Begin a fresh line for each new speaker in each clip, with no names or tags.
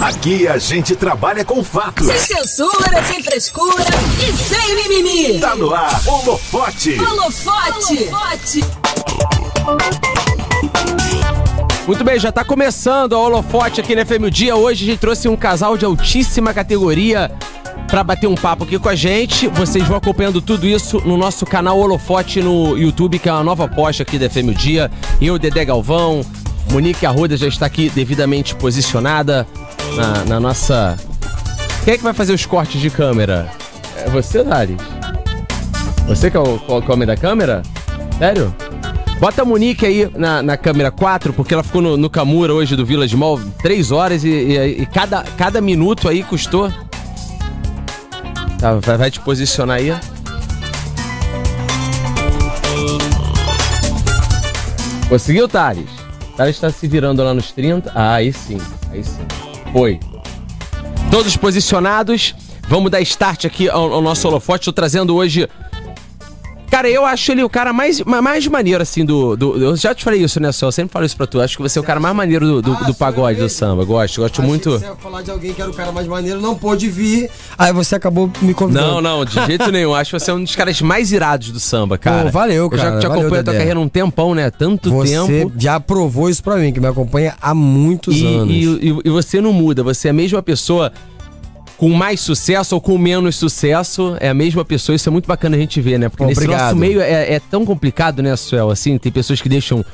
Aqui a gente trabalha com fatos.
Sem censura, sem frescura e sem mimimi.
Tá no ar, holofote.
Holofote. Holofote.
Muito bem, já tá começando a holofote aqui na FM o Dia. Hoje a gente trouxe um casal de altíssima categoria para bater um papo aqui com a gente. Vocês vão acompanhando tudo isso no nosso canal Holofote no YouTube, que é uma nova aposta aqui da FM o Dia. Eu, Dedé Galvão, Monique Arruda já está aqui devidamente posicionada na, na nossa. Quem é que vai fazer os cortes de câmera? É você, Dali? Você que é o, o, o homem da câmera? Sério? Bota a Monique aí na, na câmera 4, porque ela ficou no, no Camura hoje do Village Mall 3 horas e, e, e cada, cada minuto aí custou Tá, vai, vai, te posicionar aí. Conseguiu, Thales? Thales está se virando lá nos 30. Ah, aí sim, aí sim. Foi. Todos posicionados. Vamos dar start aqui ao, ao nosso holofote. Estou trazendo hoje. Cara, eu acho ele o cara mais, mais maneiro, assim, do, do Eu já te falei isso, né, Sol? Eu sempre falo isso pra tu. Eu acho que você é o cara mais maneiro do, do, do pagode, do samba. Gosto, gosto
Achei
muito.
Que você ia falar de alguém que era o cara mais maneiro, não pôde vir. Aí você acabou me convidando.
Não, não, de jeito nenhum. Acho que você é um dos caras mais irados do samba, cara.
Pô, valeu, cara.
Eu já te
valeu,
acompanho a tua
Dedé.
carreira um tempão, né? Tanto
você é
tempo.
Você já provou isso pra mim, que me acompanha há muitos
e,
anos.
E, e, e você não muda, você é a mesma pessoa com mais sucesso ou com menos sucesso é a mesma pessoa. Isso é muito bacana a gente ver, né? Porque Obrigado. nesse nosso meio é, é, tão complicado, né, Suel? Assim, tem pessoas que deixam.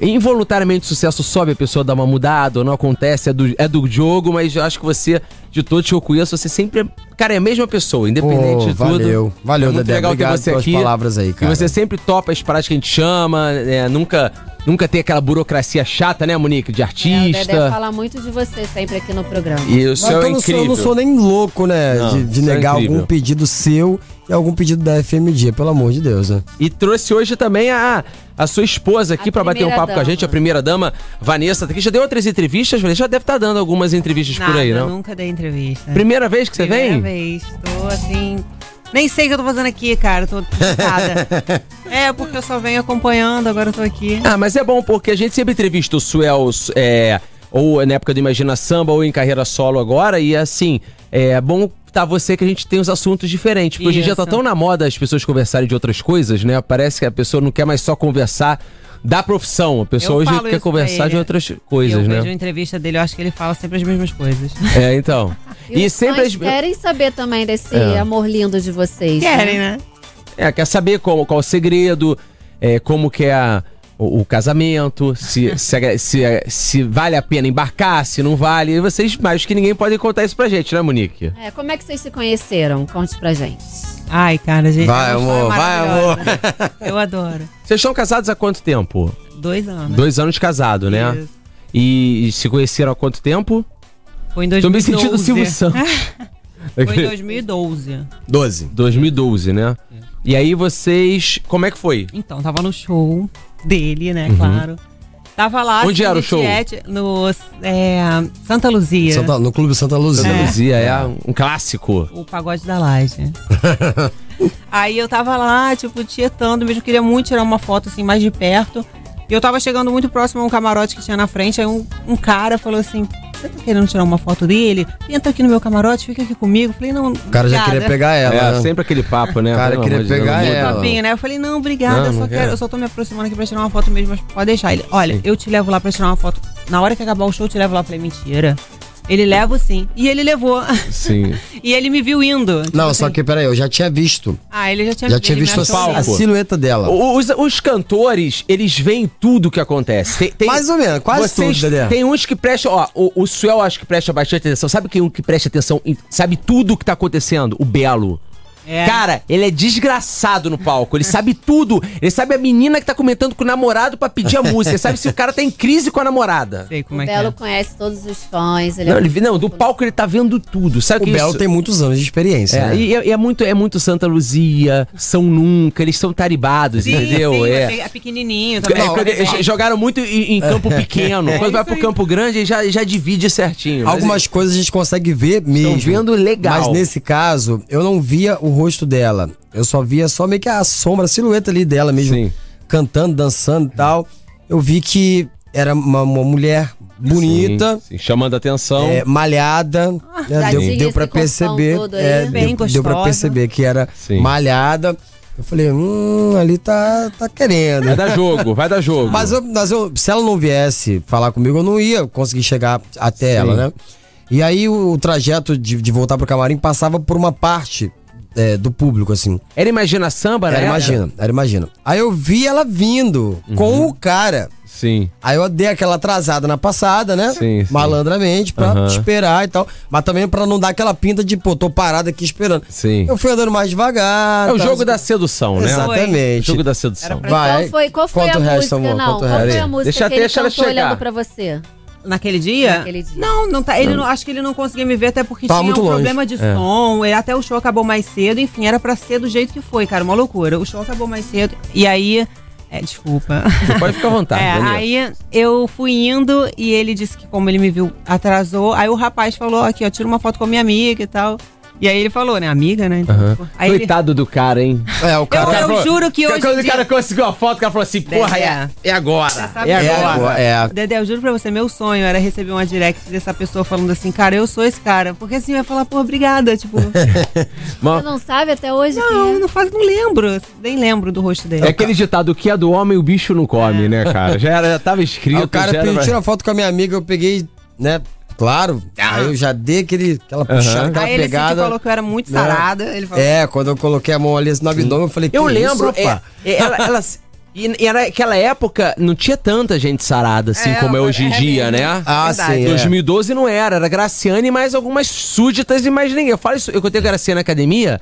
Involuntariamente o sucesso sobe, a pessoa dá uma mudada, ou não acontece, é do, é do jogo, mas eu acho que você, de todos que eu conheço, você sempre. Cara, é a mesma pessoa, independente oh, de
valeu.
tudo.
Valeu, valeu,
é muito
Dedé.
Legal
Obrigado
ter você pelas aqui,
palavras aí, cara.
E você sempre topa as paradas que a gente chama, é, nunca nunca tem aquela burocracia chata, né, Monique? De artista. É, o
Dedé fala muito de você sempre aqui no programa.
Isso
Mas
é
eu não,
incrível.
Sou, não sou nem louco, né?
Não,
de, de
isso é
negar
incrível.
algum pedido seu e algum pedido da FMG, pelo amor de Deus, né?
E trouxe hoje também a, a sua esposa aqui
A
pra bater um
primeira
papo com a
dama.
gente, a primeira dama, Vanessa, tá aqui já deu outras entrevistas, Vanessa já deve estar dando algumas entrevistas por aí,
Nada,
não?
nunca dei entrevista.
é.
Primeira vez que você
Primeira
vem?
vez. Tô assim. Nem sei o que eu tô fazendo aqui, cara. Tô despistada. é, porque eu só venho acompanhando, agora eu tô aqui.
Ah, mas é bom porque a gente sempre entrevista o Suel é, ou na época do Imagina Samba ou em carreira solo agora e assim, é bom tá você que a gente tem os assuntos diferentes. Porque hoje em dia tá
Isso.
tão na moda as pessoas conversarem de outras coisas, né? Parece que a pessoa não quer mais só conversar da profissão, a pessoa
Eu
hoje
falo
quer
isso pra
conversar de
ele.
outras coisas,
eu
né?
vejo a entrevista dele, eu acho que ele fala sempre as mesmas coisas.
É, então. E,
os
sempre
fãs
as...
querem saber também desse
É.
amor lindo de vocês.
Querem, né?
É, quer saber qual, qual o segredo, é, como que é a- o, o casamento, se, se, a- se a- se vale a pena embarcar, se não vale. E vocês, mais que ninguém, podem contar isso pra gente, né, Monique?
É, como é que vocês se conheceram? Conte pra gente.
Ai, cara, gente.
Vai,
é uma história
amor, vai, amor.
maravilhosa. Eu adoro.
Vocês estão casados há quanto tempo?
Dois anos.
Dois anos de casado, né?
Isso.
E, e se conheceram há quanto tempo?
Foi em
Tô
2012.
me sentindo Silvio Santos.
Foi em 2012.
12.
2012, né?
É.
E aí vocês. Como é que foi?
Então, tava no show dele, né? Claro. Tava lá.
Uhum. Onde
assim,
era o
de
show?
tiete, No é, Santa Luzia.
Santa- no Clube Santa Luzia.
Santa Luzia é um clássico.
O pagode da laje. Aí eu tava lá, tipo, tietando mesmo. Queria muito tirar uma foto, assim, mais de perto. E eu tava chegando muito próximo a um camarote que tinha na frente. Aí um, um cara falou assim: Você tá querendo tirar uma foto dele? Entra aqui no meu camarote, fica aqui comigo. Eu Falei, não.
O cara já queria pegar ela,
É,
né?
sempre aquele papo, né?
O cara
Pelo
queria
amor de Deus,
pegar
não muda.
ela.
Papinho, né? Eu falei, não, obrigada,
Não,
eu, só
não quero.
quero, eu só tô me aproximando aqui pra tirar uma foto mesmo, mas pode deixar. Ele, olha, eu te levo lá pra tirar uma foto. Na hora que acabar o show, eu te levo lá. Eu falei, mentira. Ele leva sim. E ele levou.
Sim.
e ele me viu indo. Tipo
Não,
assim,
só que peraí, eu já tinha visto.
Ah, ele já tinha,
Já tinha
ele me
visto a,
achou
palco.
a
lindo.
silhueta dela.
O- Os, os cantores, eles veem tudo que acontece. Tem- tem-
Mais ou menos, quase
vocês-
tudo, né, Dedé.
Tem uns que prestam. Ó, o, o Suel acho que presta bastante atenção. Sabe quem é um que presta atenção? em- Sabe tudo o que tá acontecendo? O Belo.
É.
Cara, ele é desgraçado no palco. Ele sabe tudo. Ele sabe a menina que tá comentando com o namorado pra pedir a música. Ele sabe se o cara tá em crise com a namorada.
Sei como
o
é que
Belo
é.
conhece todos os fãs. Ele
Não,
é
ele, não, do palco ele tá vendo tudo. Sabe
O
que
Belo
isso-
tem muitos anos de experiência.
É,
né?
e é, e é muito, é muito Santa Luzia, São Nunca, eles são taribados,
Sim,
entendeu?
sim,
é.
mas é pequenininho
É,
também.
quando eles jogaram muito em, em
É.
campo pequeno.
É
Quando vai pro campo grande, já, já divide certinho. Mas é-
Algumas coisas a gente consegue ver mesmo.
vendo legal.
Mas nesse caso, eu não via o rosto dela. Eu só via só meio que a sombra, a silhueta ali dela mesmo.
Sim.
Cantando, dançando e tal. Eu vi que era uma, uma mulher bonita,
Sim, Então- sim, chamando a atenção.
é, malhada. né, deu
Ah, tadinha,
deu para
esse corpão
perceber.
todo aí.
é,
Bem
deu deu para
gostosa.
perceber que era
Sim.
malhada. Eu falei, hum, ali tá, tá querendo.
Vai dar jogo, vai dar jogo.
Mas, eu- mas eu- se ela não viesse falar comigo, eu não ia conseguir chegar até ela, né? E aí o, o trajeto de, de voltar pro camarim passava por uma parte é, do público, assim.
Era imagina samba, né?
Era, imagina, era imagina. Aí eu vi ela vindo
Uhum.
com o cara.
Sim.
Aí eu dei aquela atrasada na passada, né?
Sim, sim.
Malandramente, pra
Aham.
esperar e tal. Mas também pra não dar aquela pinta de, pô, tô parado aqui esperando.
Sim.
Eu fui andando mais devagar.
É o
tal,
jogo
não
da sedução, né?
Exatamente.
O jogo da sedução.
Era pra-
Vai.
Qual foi, qual foi
Conta
a
o
música?
resto, amor,
não,
conta o
qual foi
resto.
a música
Deixa-
que ele
deixa ela
cantou
chegar.
olhando pra você?
Naquele dia?
Naquele dia.
Não, não tá. Ele não, acho que ele não conseguia me ver, até porque
Tava
tinha
muito
um
longe.
problema de
É.
som. Ele, até o show acabou mais cedo. Enfim, era pra ser do jeito que foi, cara. Uma loucura. O show acabou mais cedo. E aí. É, desculpa.
Pode ficar à vontade.
é,
Daniel.
aí eu fui indo e ele disse que, como ele me viu, atrasou. Aí o rapaz falou: aqui, ó, tira uma foto com a minha amiga e tal. E aí ele falou, né? Amiga, né? Então,
Aham.
tipo, aí ele-
Coitado do cara, hein?
É, o cara.
Eu- eu-
Cara,
juro que hoje
Quando
em
o
dia-
cara conseguiu a foto, o cara falou assim: porra, é, é agora.
sabe
É
que
é,
agora.
agora, é,
Dedé, eu juro pra você, meu sonho era receber uma direct dessa pessoa falando assim, cara, eu sou esse cara. Porque assim, eu ia falar, pô, obrigada. Tipo,
É. Ah.
Você não sabe até hoje?
não,
quem
não faz, não lembro. Nem lembro do rosto dele.
É aquele ditado: o que é do homem, o bicho não
É.
come, né, cara? Já, era, já tava
Aí
escrito.
o cara
já era-
pediu tira foto com a minha amiga, eu peguei, né? Claro.
Tá.
Aí eu já dei aquele, aquela puxada, aquela
Aí ele sentiu,
pegada.
falou que eu era muito
né?
sarada. Ele falou,
É, quando eu coloquei a mão ali assim, no abdômen, eu falei,
Eu
"Que
lembro,
isso, opa?"
é, é, ela, elas- e, e era aquela época não tinha tanta gente sarada assim
É,
como é
é
hoje em dia,
mesmo.
né?
Ah,
Verdade.
sim. é.
2012 não era, era Graciane e mais algumas súditas e mais ninguém. Eu falo isso, eu contei a Graciane na academia,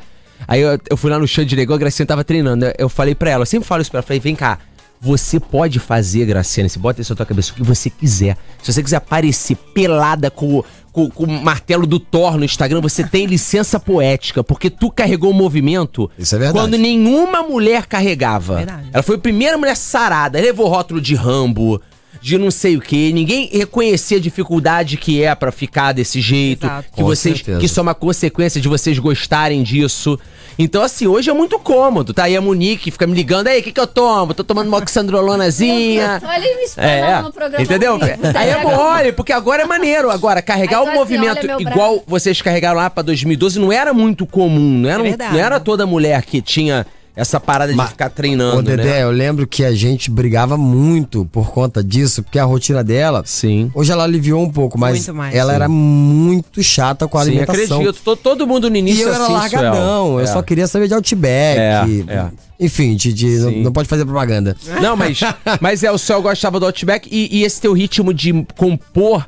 aí eu, eu fui lá no chão de negócio, a Graciane tava treinando. né? Eu- Eu falei pra ela, eu sempre falo isso pra ela, eu falei, vem cá, você pode fazer, Graciane, você bota isso na tua cabeça, o que você quiser. Se você quiser aparecer pelada com o- com, com o martelo do Thor no Instagram, você tem licença poética, porque tu carregou o movimento
Isso é verdade.
quando nenhuma mulher carregava.
Verdade.
Ela foi a primeira mulher sarada, levou rótulo de Rambo, de não sei o quê. Ninguém reconhecia a dificuldade que é pra ficar desse jeito,
Exato.
que
Com
vocês
certeza.
que isso é uma consequência de vocês gostarem disso. Então assim, hoje é muito cômodo, tá? E a Monique fica me ligando, aí, o que que eu tomo? Tô tomando uma oxandrolonazinha.
Olha ele me
É,
espanando Tá no programa.
entendeu?
ao vivo,
Aí é
caraca.
bom, olha, porque agora é maneiro. Agora, carregar
Agora
o
sim,
movimento
olha meu braço.
igual vocês carregaram lá pra 2012 não era muito comum, não era,
É
um-
verdade.
não era toda mulher que tinha essa parada de ficar
Ô,
treinando,
Dedé,
né?
eu lembro que a gente brigava muito por conta disso, porque a rotina dela.
Sim.
Hoje ela aliviou um pouco, mas
Muito mais,
ela
sim.
era muito chata com a
Sim,
alimentação.
acredito. Tô- todo mundo no
E
início
eu era
assim, Suel.
largadão, eu
É.
só queria saber de Outback.
É, é.
Enfim, de, de- não,
Sim.
não pode fazer propaganda.
Não, mas, mas é, o Céu gostava do Outback e, e esse teu ritmo de compor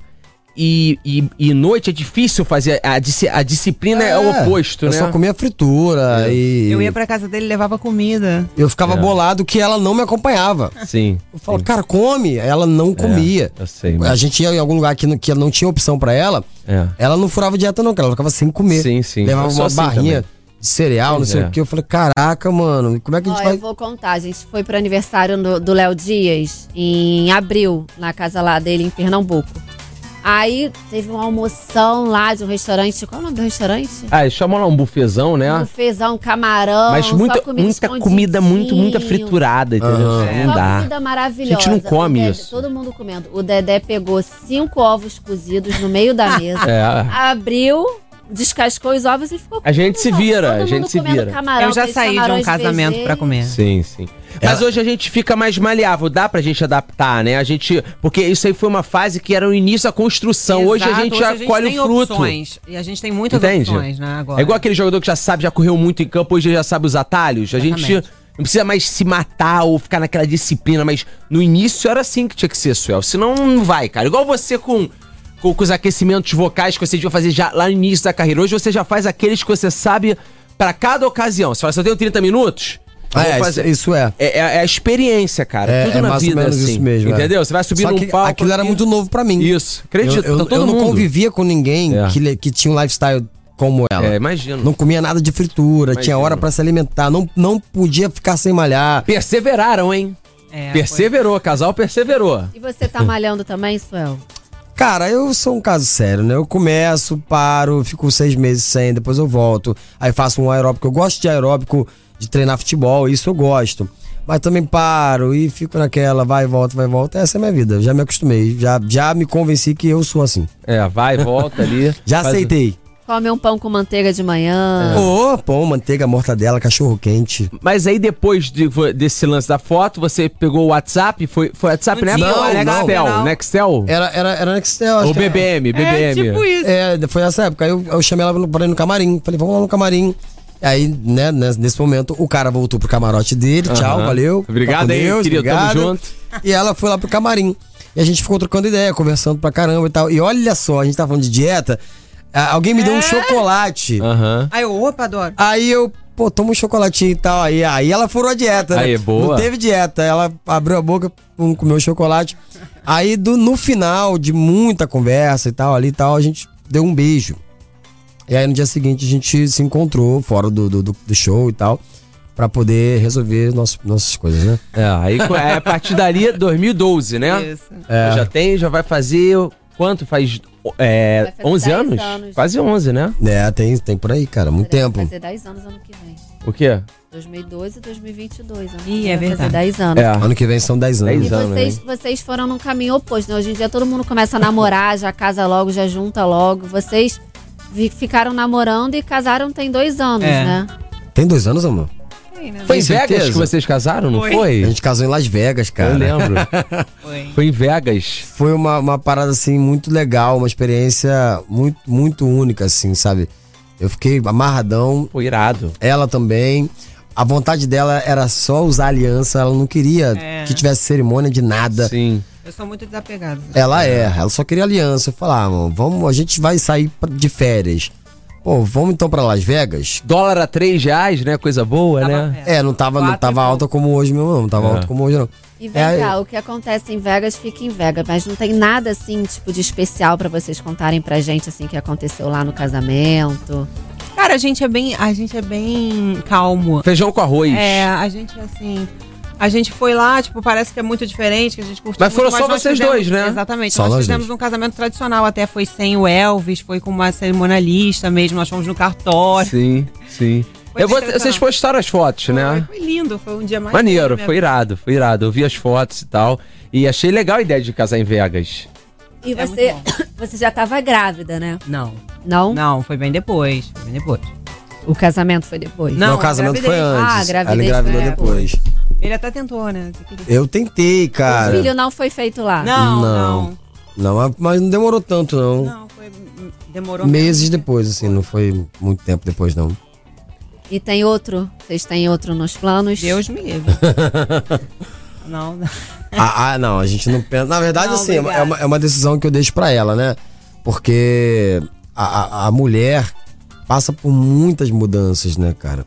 e, e, e noite é difícil fazer. A, disci- a disciplina é, o oposto,
eu
né?
Eu só comia fritura e.
eu ia pra casa dele e levava comida.
Eu ficava
É.
bolado que ela não me acompanhava.
Sim. É.
Eu falava, cara, come. Ela não comia.
eu sei, mas-
A gente ia em algum lugar que não, que não tinha opção pra ela.
É.
Ela não furava dieta, não, cara. Ela ficava sem comer.
Sim, sim.
Levava
Eu sou
uma
assim
barrinha
também.
de cereal, não
Pois
sei
é.
o quê. Eu falei, caraca, mano, como é que a
Ó,
gente
eu
vai.
vou contar, a gente foi pro aniversário do do Léo Dias em abril, na casa lá dele em Pernambuco. Aí teve uma almoção lá de um restaurante. Qual é o nome do restaurante?
Ah, eles chamam lá um bufezão, né?
Um fezão, camarão.
mas
só
muita
comida
muita comida, muito, muita
escondidinho.
friturada, entendeu?
É.
Não
Só
dá.
comida
A
maravilhosa.
gente não come
O Dedé-
isso.
Todo mundo comendo. O Dedé pegou cinco ovos cozidos no meio da mesa,
É.
abriu, descascou os ovos e ficou
A gente
comendo
se
os ovos.
vira,
Todo
a gente
mundo
se
comendo
vira.
camarão,
eu já
fez
saí de um
camarões
casamento
VG.
pra comer.
Sim, sim. É. Mas hoje a gente fica mais maleável, dá pra gente adaptar, né? A gente. Porque isso aí foi uma fase que era o início da construção. Então, hoje a
Exato,
gente acolhe
tem
o fruto.
opções. E a gente tem muitas
Entende?
opções, né, agora.
É igual aquele jogador que já sabe, já correu muito em campo, hoje já sabe os atalhos. A gente
Exatamente.
não precisa mais se matar ou ficar naquela disciplina, mas no início era assim que tinha que ser, Suel. Senão não vai, cara. Igual você com, com, com os aquecimentos vocais que você devia fazer já lá no início da carreira. Hoje você já faz aqueles que você sabe pra cada ocasião. Você fala, se eu tenho 30 minutos. eu
Ah,
vou
é, isso,
fazer-
isso é.
É, é- é a experiência, cara.
É,
Tudo
é
na
mais ou
vida é
menos
assim.
isso mesmo, é.
Entendeu? Você vai subir
Só
num
que
palco.
aquilo era muito novo pra mim.
Isso. Acredito,
Eu, eu,
tá todo
eu não
mundo.
convivia com ninguém
É.
que, le- que tinha um lifestyle como ela.
É, imagino.
Não comia nada de fritura,
Imagino.
tinha hora pra se alimentar, não, não podia ficar sem malhar.
Perseveraram, hein?
É, foi-
Perseverou, o casal perseverou.
E você tá malhando também, Suel?
Cara, eu sou um caso sério, né? Eu começo, paro, fico seis meses sem, depois eu volto. Aí faço um aeróbico. Eu gosto de aeróbico, de treinar futebol, isso eu gosto. Mas também paro e fico naquela, vai e volta, vai e volta. Essa é a minha vida. Eu já me acostumei. Já, já me convenci que eu sou assim.
É, vai, volta ali.
Já
Faz-
aceitei.
Come um pão com manteiga de
É.
manhã.
Ô, pão, manteiga, mortadela, cachorro quente.
Mas aí depois de vo- desse lance da foto, você pegou o WhatsApp? Foi, foi WhatsApp,
No
né?
dia,
Não,
não, não.
Nextel. Nextel?
Era, era, era Nextel, acho
Ou
que era.
BBM, BBM.
É tipo isso.
É, foi nessa época. Aí eu, eu chamei ela no- pra ir no camarim. Falei, vamos lá no camarim. Aí, né, nes- nesse momento, o cara voltou pro camarote dele. Tchau,
Aham.
valeu.
Obrigado
Tá com
aí, querido, tamo junto.
E ela foi lá pro camarim. E a gente ficou trocando ideia, conversando pra caramba e tal. E olha só, a gente tá falando de dieta. Ah, Alguém me deu
É.
um chocolate.
Aham.
Aí eu, opa, adoro.
Aí eu, pô, toma um chocolatinho e tal. Aí, aí ela furou a dieta. né?
Aí, boa.
Não teve dieta. Ela abriu a boca, pum, comeu chocolate. Aí do, no final de muita conversa e tal, ali e tal, a gente deu um beijo. E aí no dia seguinte a gente se encontrou fora do, do, do- do show e tal. Pra poder resolver nosso, nossas coisas, né?
É, aí co- é, a partir dali, 2012, né?
Isso.
É.
Já tem, já vai fazer... Quanto? Faz é,
Vai fazer
11
10
anos?
anos.
Quase 11, né?
É, tem, tem por aí, cara. Muito
Vai
tempo.
fazer 10 anos ano que vem.
O quê?
2012 e 2022. Ano que
Ih,
vem
é
vai
verdade.
Fazer 10 anos.
É.
Ano que vem são 10 anos.
E
10 anos,
vocês,
né?
vocês foram num caminho oposto, né? Hoje em dia todo mundo começa a namorar, já casa logo, já junta logo. Vocês vi- ficaram namorando e casaram tem dois anos,
É.
né?
Tem dois anos, amor?
Foi, né?
Foi em
Tem
Vegas
certeza?
que vocês casaram, não foi?
Foi.
A gente casou em Las Vegas, cara.
Eu lembro.
Foi.
Foi em Vegas.
foi uma, uma parada assim muito legal, uma experiência muito, muito única, assim, sabe? Eu fiquei amarradão,
Foi irado.
ela também. A vontade dela era só usar a aliança, ela não queria
É.
que tivesse cerimônia de nada.
Sim.
Eu sou muito desapegada.
né?
Ela é, ela só queria aliança. Eu falei, ah, mano, vamos, a gente vai sair pra- de férias. Pô, vamos então pra Las Vegas?
Dólar a 3 reais, né? Coisa boa,
Tava-
né?
É, não tava, não
Quatro
tava
e
alta como hoje, meu irmão. Não tava
É.
alta como hoje, não.
E vem
É,
cá, o que acontece em Vegas fica em Vegas, mas não tem nada assim, tipo, de especial pra vocês contarem pra gente, assim, que aconteceu lá no casamento.
Cara, a gente é bem, a gente é bem calmo.
Feijão com arroz.
É, a gente assim, a gente foi lá, tipo, parece que é muito diferente, que a gente curtiu
Mas foram
muito,
só
nós
vocês
fizemos-
dois, né?
Exatamente.
Só
nós,
nós
fizemos
dois.
um casamento tradicional, até foi sem o Elvis, foi com uma cerimonialista mesmo, nós fomos no cartório.
Sim, sim.
Foi
Eu vou-
sensacional.
vocês postaram as fotos, né?
Foi, foi lindo, foi um dia mais
Maneiro,
né?
foi irado, foi irado. Eu vi as fotos e tal. E achei legal a ideia de casar em Vegas.
E
É
você,
muito
você já tava grávida, né?
Não,
Não?
não, foi bem depois, foi bem depois.
O casamento foi depois.
Não,
o casamento foi
gravidez.
Ah,
antes. ela
gravidez
engravidou
foi
depois.
Ele até tentou, né? Você queria-
Eu tentei,
O
cara.
filho não foi feito
Ah,
lá.
Não,
Não.
não.
Não, mas- mas não demorou tanto, não.
Não, foi demorou
Meses
mesmo.
depois, assim, não foi muito tempo depois, não.
E tem outro? Vocês têm outro nos planos?
Deus me livre. não, não.
Ah, ah, não, a gente não pensa. Na verdade,
Não,
assim, é uma- é uma,
obrigada.
é uma decisão que eu deixo pra ela, né? Porque a, a- a mulher passa por muitas mudanças, né, cara?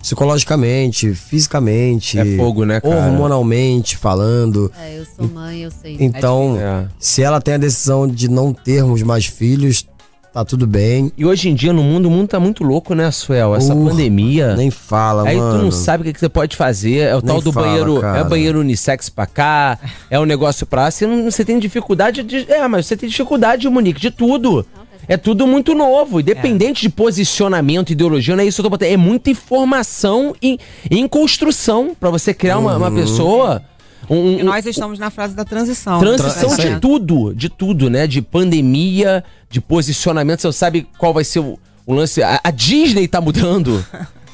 Psicologicamente, fisicamente.
É fogo, né, cara?
Hormonalmente falando.
É, eu sou mãe, eu sei.
Então,
É.
se ela tem a decisão de não termos mais filhos, tá tudo bem.
E hoje em dia, no mundo, o mundo tá muito louco, né, Suel? Essa
Uh,
pandemia.
Nem fala,
É. Aí
mano.
tu não sabe o que, que você pode fazer. É o
Nem
tal do
fala,
banheiro.
cara.
É banheiro unissex pra cá. É um negócio pra. lá. Você, não, você tem dificuldade de. É, mas você tem dificuldade, Monique, de tudo. É tudo muito novo. Independente de posicionamento, ideologia, não é isso que eu tô botando. É muita informação em, em construção pra você criar uma,
Uhum.
uma pessoa. Um,
E nós estamos na frase da transição. Tá
Transição
é
Isso aí.
de tudo, de tudo, né? De pandemia, de posicionamento. Você sabe qual vai ser o, o lance. A, a Disney tá mudando.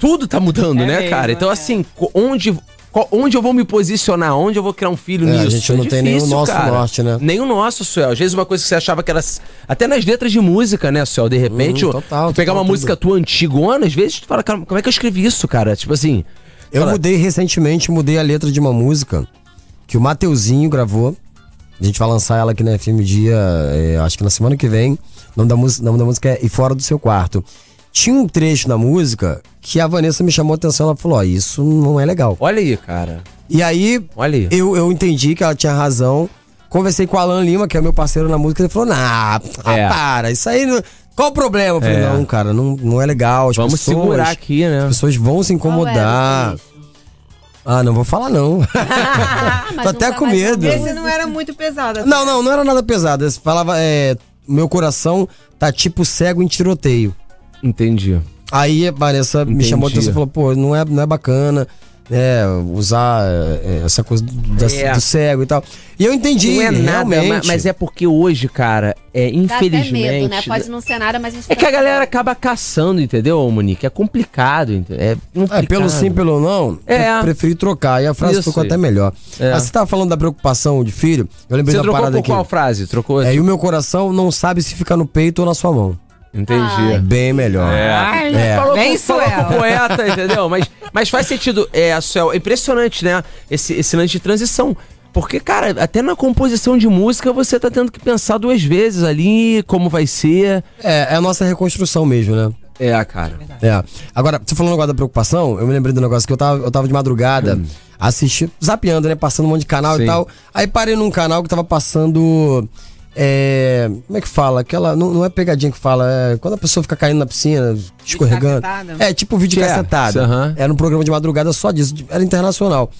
tudo tá mudando,
É
né,
mesmo,
cara? Então,
é.
assim, co- onde. qual- Onde eu vou me posicionar? Onde eu vou criar um filho
É, a
nisso?
gente não tem nem o nosso norte, né?
Nem o nosso, Suel. Às vezes uma coisa que você achava que era... s- Até nas letras de música, né, Suel? De repente,
Hum,
eu-
total,
tu pegar
total,
uma
tudo.
música tua antigona, às vezes tu fala, cara, como é que eu escrevi isso, cara? Tipo assim...
Eu
Fala.
mudei recentemente, mudei a letra de uma música que o Mateuzinho gravou. A gente vai lançar ela aqui na FM Dia, é, acho que na semana que vem. O nome da, mus- o nome da música é E Fora do Seu Quarto. Tinha um trecho na música que a Vanessa me chamou a atenção. Ela falou: Ó, isso não é legal.
Olha aí, cara.
E aí
Olha aí.
eu, eu entendi que ela tinha razão. Conversei com o Alan Lima, que é meu parceiro na música. Ele falou: Nah, ah,
É.
para, isso aí. Não... Qual o problema? Eu falei:
É.
Não, cara, não, não é legal. As
Vamos
pessoas-
segurar aqui, né?
As pessoas vão se
Qual era o
incomodar.
trecho?
Ah, não vou falar não.
Ah,
Tô
mas não
até
tá
com
mais
medo.
uma
Esse não era muito pesado.
não, não, não era nada pesado. Esse falava, é, meu coração tá tipo cego em tiroteio.
Entendi.
Aí a Vanessa me
Entendi.
chamou a atenção e falou, pô, não é, não é bacana. né, usar é, essa coisa do, da-
É.
do cego e tal. E eu entendi,
não é nada, ma-
realmente.
mas, é porque hoje, cara, é
Dá até
infelizmente.
medo, né? Pode não ser nada, mas a gente
É que
tá-
a galera acaba caçando, entendeu, Monique? É complicado, ente- é complicado.
É, pelo sim, pelo não,
É.
eu preferi trocar. E a frase
Isso
ficou
aí.
até melhor.
É.
Ah, Você tava falando da preocupação de filho, eu lembrei
Você
da
trocou
parada
por
aqui.
qual frase? Trocou?
É, e o meu coração não sabe se fica no peito ou na sua mão.
Entendi.
Bem melhor.
Ai,
É.
falou
Bem
com, falou
Suel.
com poeta, entendeu? Mas, mas faz sentido, é, Suel, é impressionante, né? Esse, esse lance de transição. Porque, cara, até na composição de música você tá tendo que pensar duas vezes ali, como vai ser.
É, é a nossa reconstrução mesmo, né?
É, cara.
É. Agora, você falou um negócio da preocupação, eu me lembrei do negócio que eu tava, eu tava de madrugada assistindo, zapeando, né? Passando um monte de canal
Hum. Sim.
e tal. Aí parei num canal que tava passando. É, como é que fala? Aquela. Não, não é pegadinha que fala. É, quando a pessoa fica caindo na piscina, escorregando.
cacetada?
É, tipo vídeo
Que é,
cacetado.
aham.
Era um programa de madrugada só disso, de- era internacional.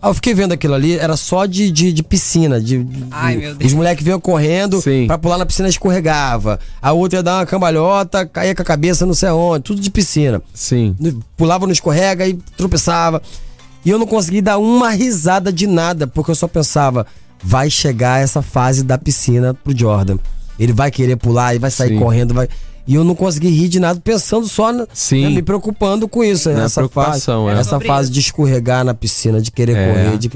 Aí eu fiquei vendo aquilo ali, era só de, de, de piscina. De, de-
Ai, meu Deus.
Os moleques vinham correndo
Sim.
pra pular na piscina, escorregava. A outra ia dar uma cambalhota, caía com a cabeça não sei aonde, tudo de piscina.
Sim.
No- Pulava no escorrega e tropeçava. E eu não consegui dar uma risada de nada, porque eu só pensava, vai chegar essa fase da piscina pro Jordan. Ele vai querer pular e vai sair
Sim.
correndo, vai. E eu não consegui rir de nada, pensando só, na-
Sim.
né, me preocupando com isso.
Na
essa fase,
preocupação, é.
essa
Sobre
fase
isso.
de escorregar na piscina, de querer
É.
correr. De...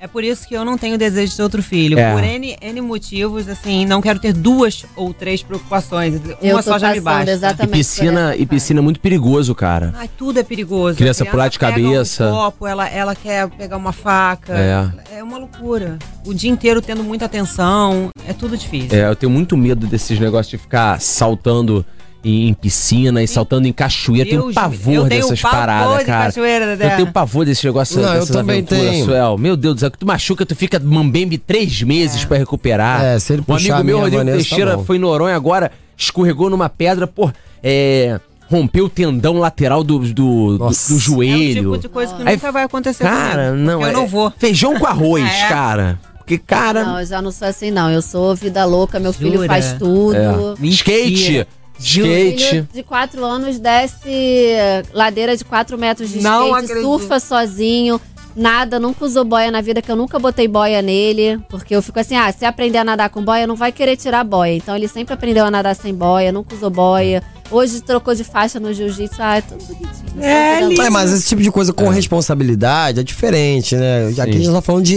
É por isso que eu não tenho desejo de ter outro filho.
É.
Por N, N motivos, assim, não quero ter duas ou três preocupações. Uma
Eu tô
só já me
passando
basta.
E
exatamente por
piscina,
essa
e piscina é muito perigoso, cara.
Ai, tudo é perigoso.
Criança
A
pular de
pega
cabeça.
Um copo, ela, ela quer pegar uma faca.
É.
É uma loucura. O dia inteiro tendo muita atenção. É tudo difícil.
É, eu tenho muito medo desses negócios de ficar saltando em, em piscina e saltando em cachoeira. Eu tenho
Deus,
pavor
eu tenho
dessas
pavor
paradas,
de
cara.
cachoeira,
eu
né?
tenho pavor desse negócio.
Não, eu
dessas
também
aventuras,
tenho.
Suel. Meu Deus do céu, que tu machuca, tu fica mambembe três meses pra recuperar.
É, se ele
um amigo
puxar
meu,
a minha
Rodrigo
Vanessa, tá
Teixeira,
bom.
foi em Noronha agora, escorregou numa pedra, pô, é, rompeu o tendão lateral do, do, do-
Nossa.
do
É,
joelho.
um tipo de coisa que
Aí-
nunca vai acontecer
Cara,
comigo,
não,
porque Eu
é-
não vou.
Feijão com arroz,
É.
cara. Porque, cara.
Não, eu já não sou assim, não. Eu sou vida louca, meu filho
Jura?
faz tudo.
é. Skate.
Mentira.
Meu
Skate.
filho de 4 anos desce ladeira de 4 metros de
Não
skate,
acredito.
surfa sozinho, nada, nunca usou boia na vida, que eu nunca botei boia nele. Porque eu fico assim, ah, se aprender a nadar com boia, não vai querer tirar boia. Então ele sempre aprendeu a nadar sem boia, nunca usou boia. Hoje trocou de faixa no jiu-jitsu, ah, é tudo bonitinho.
É,
Tudo
Mas, mas esse tipo de coisa com responsabilidade é diferente, né? Aqui a gente tá falando de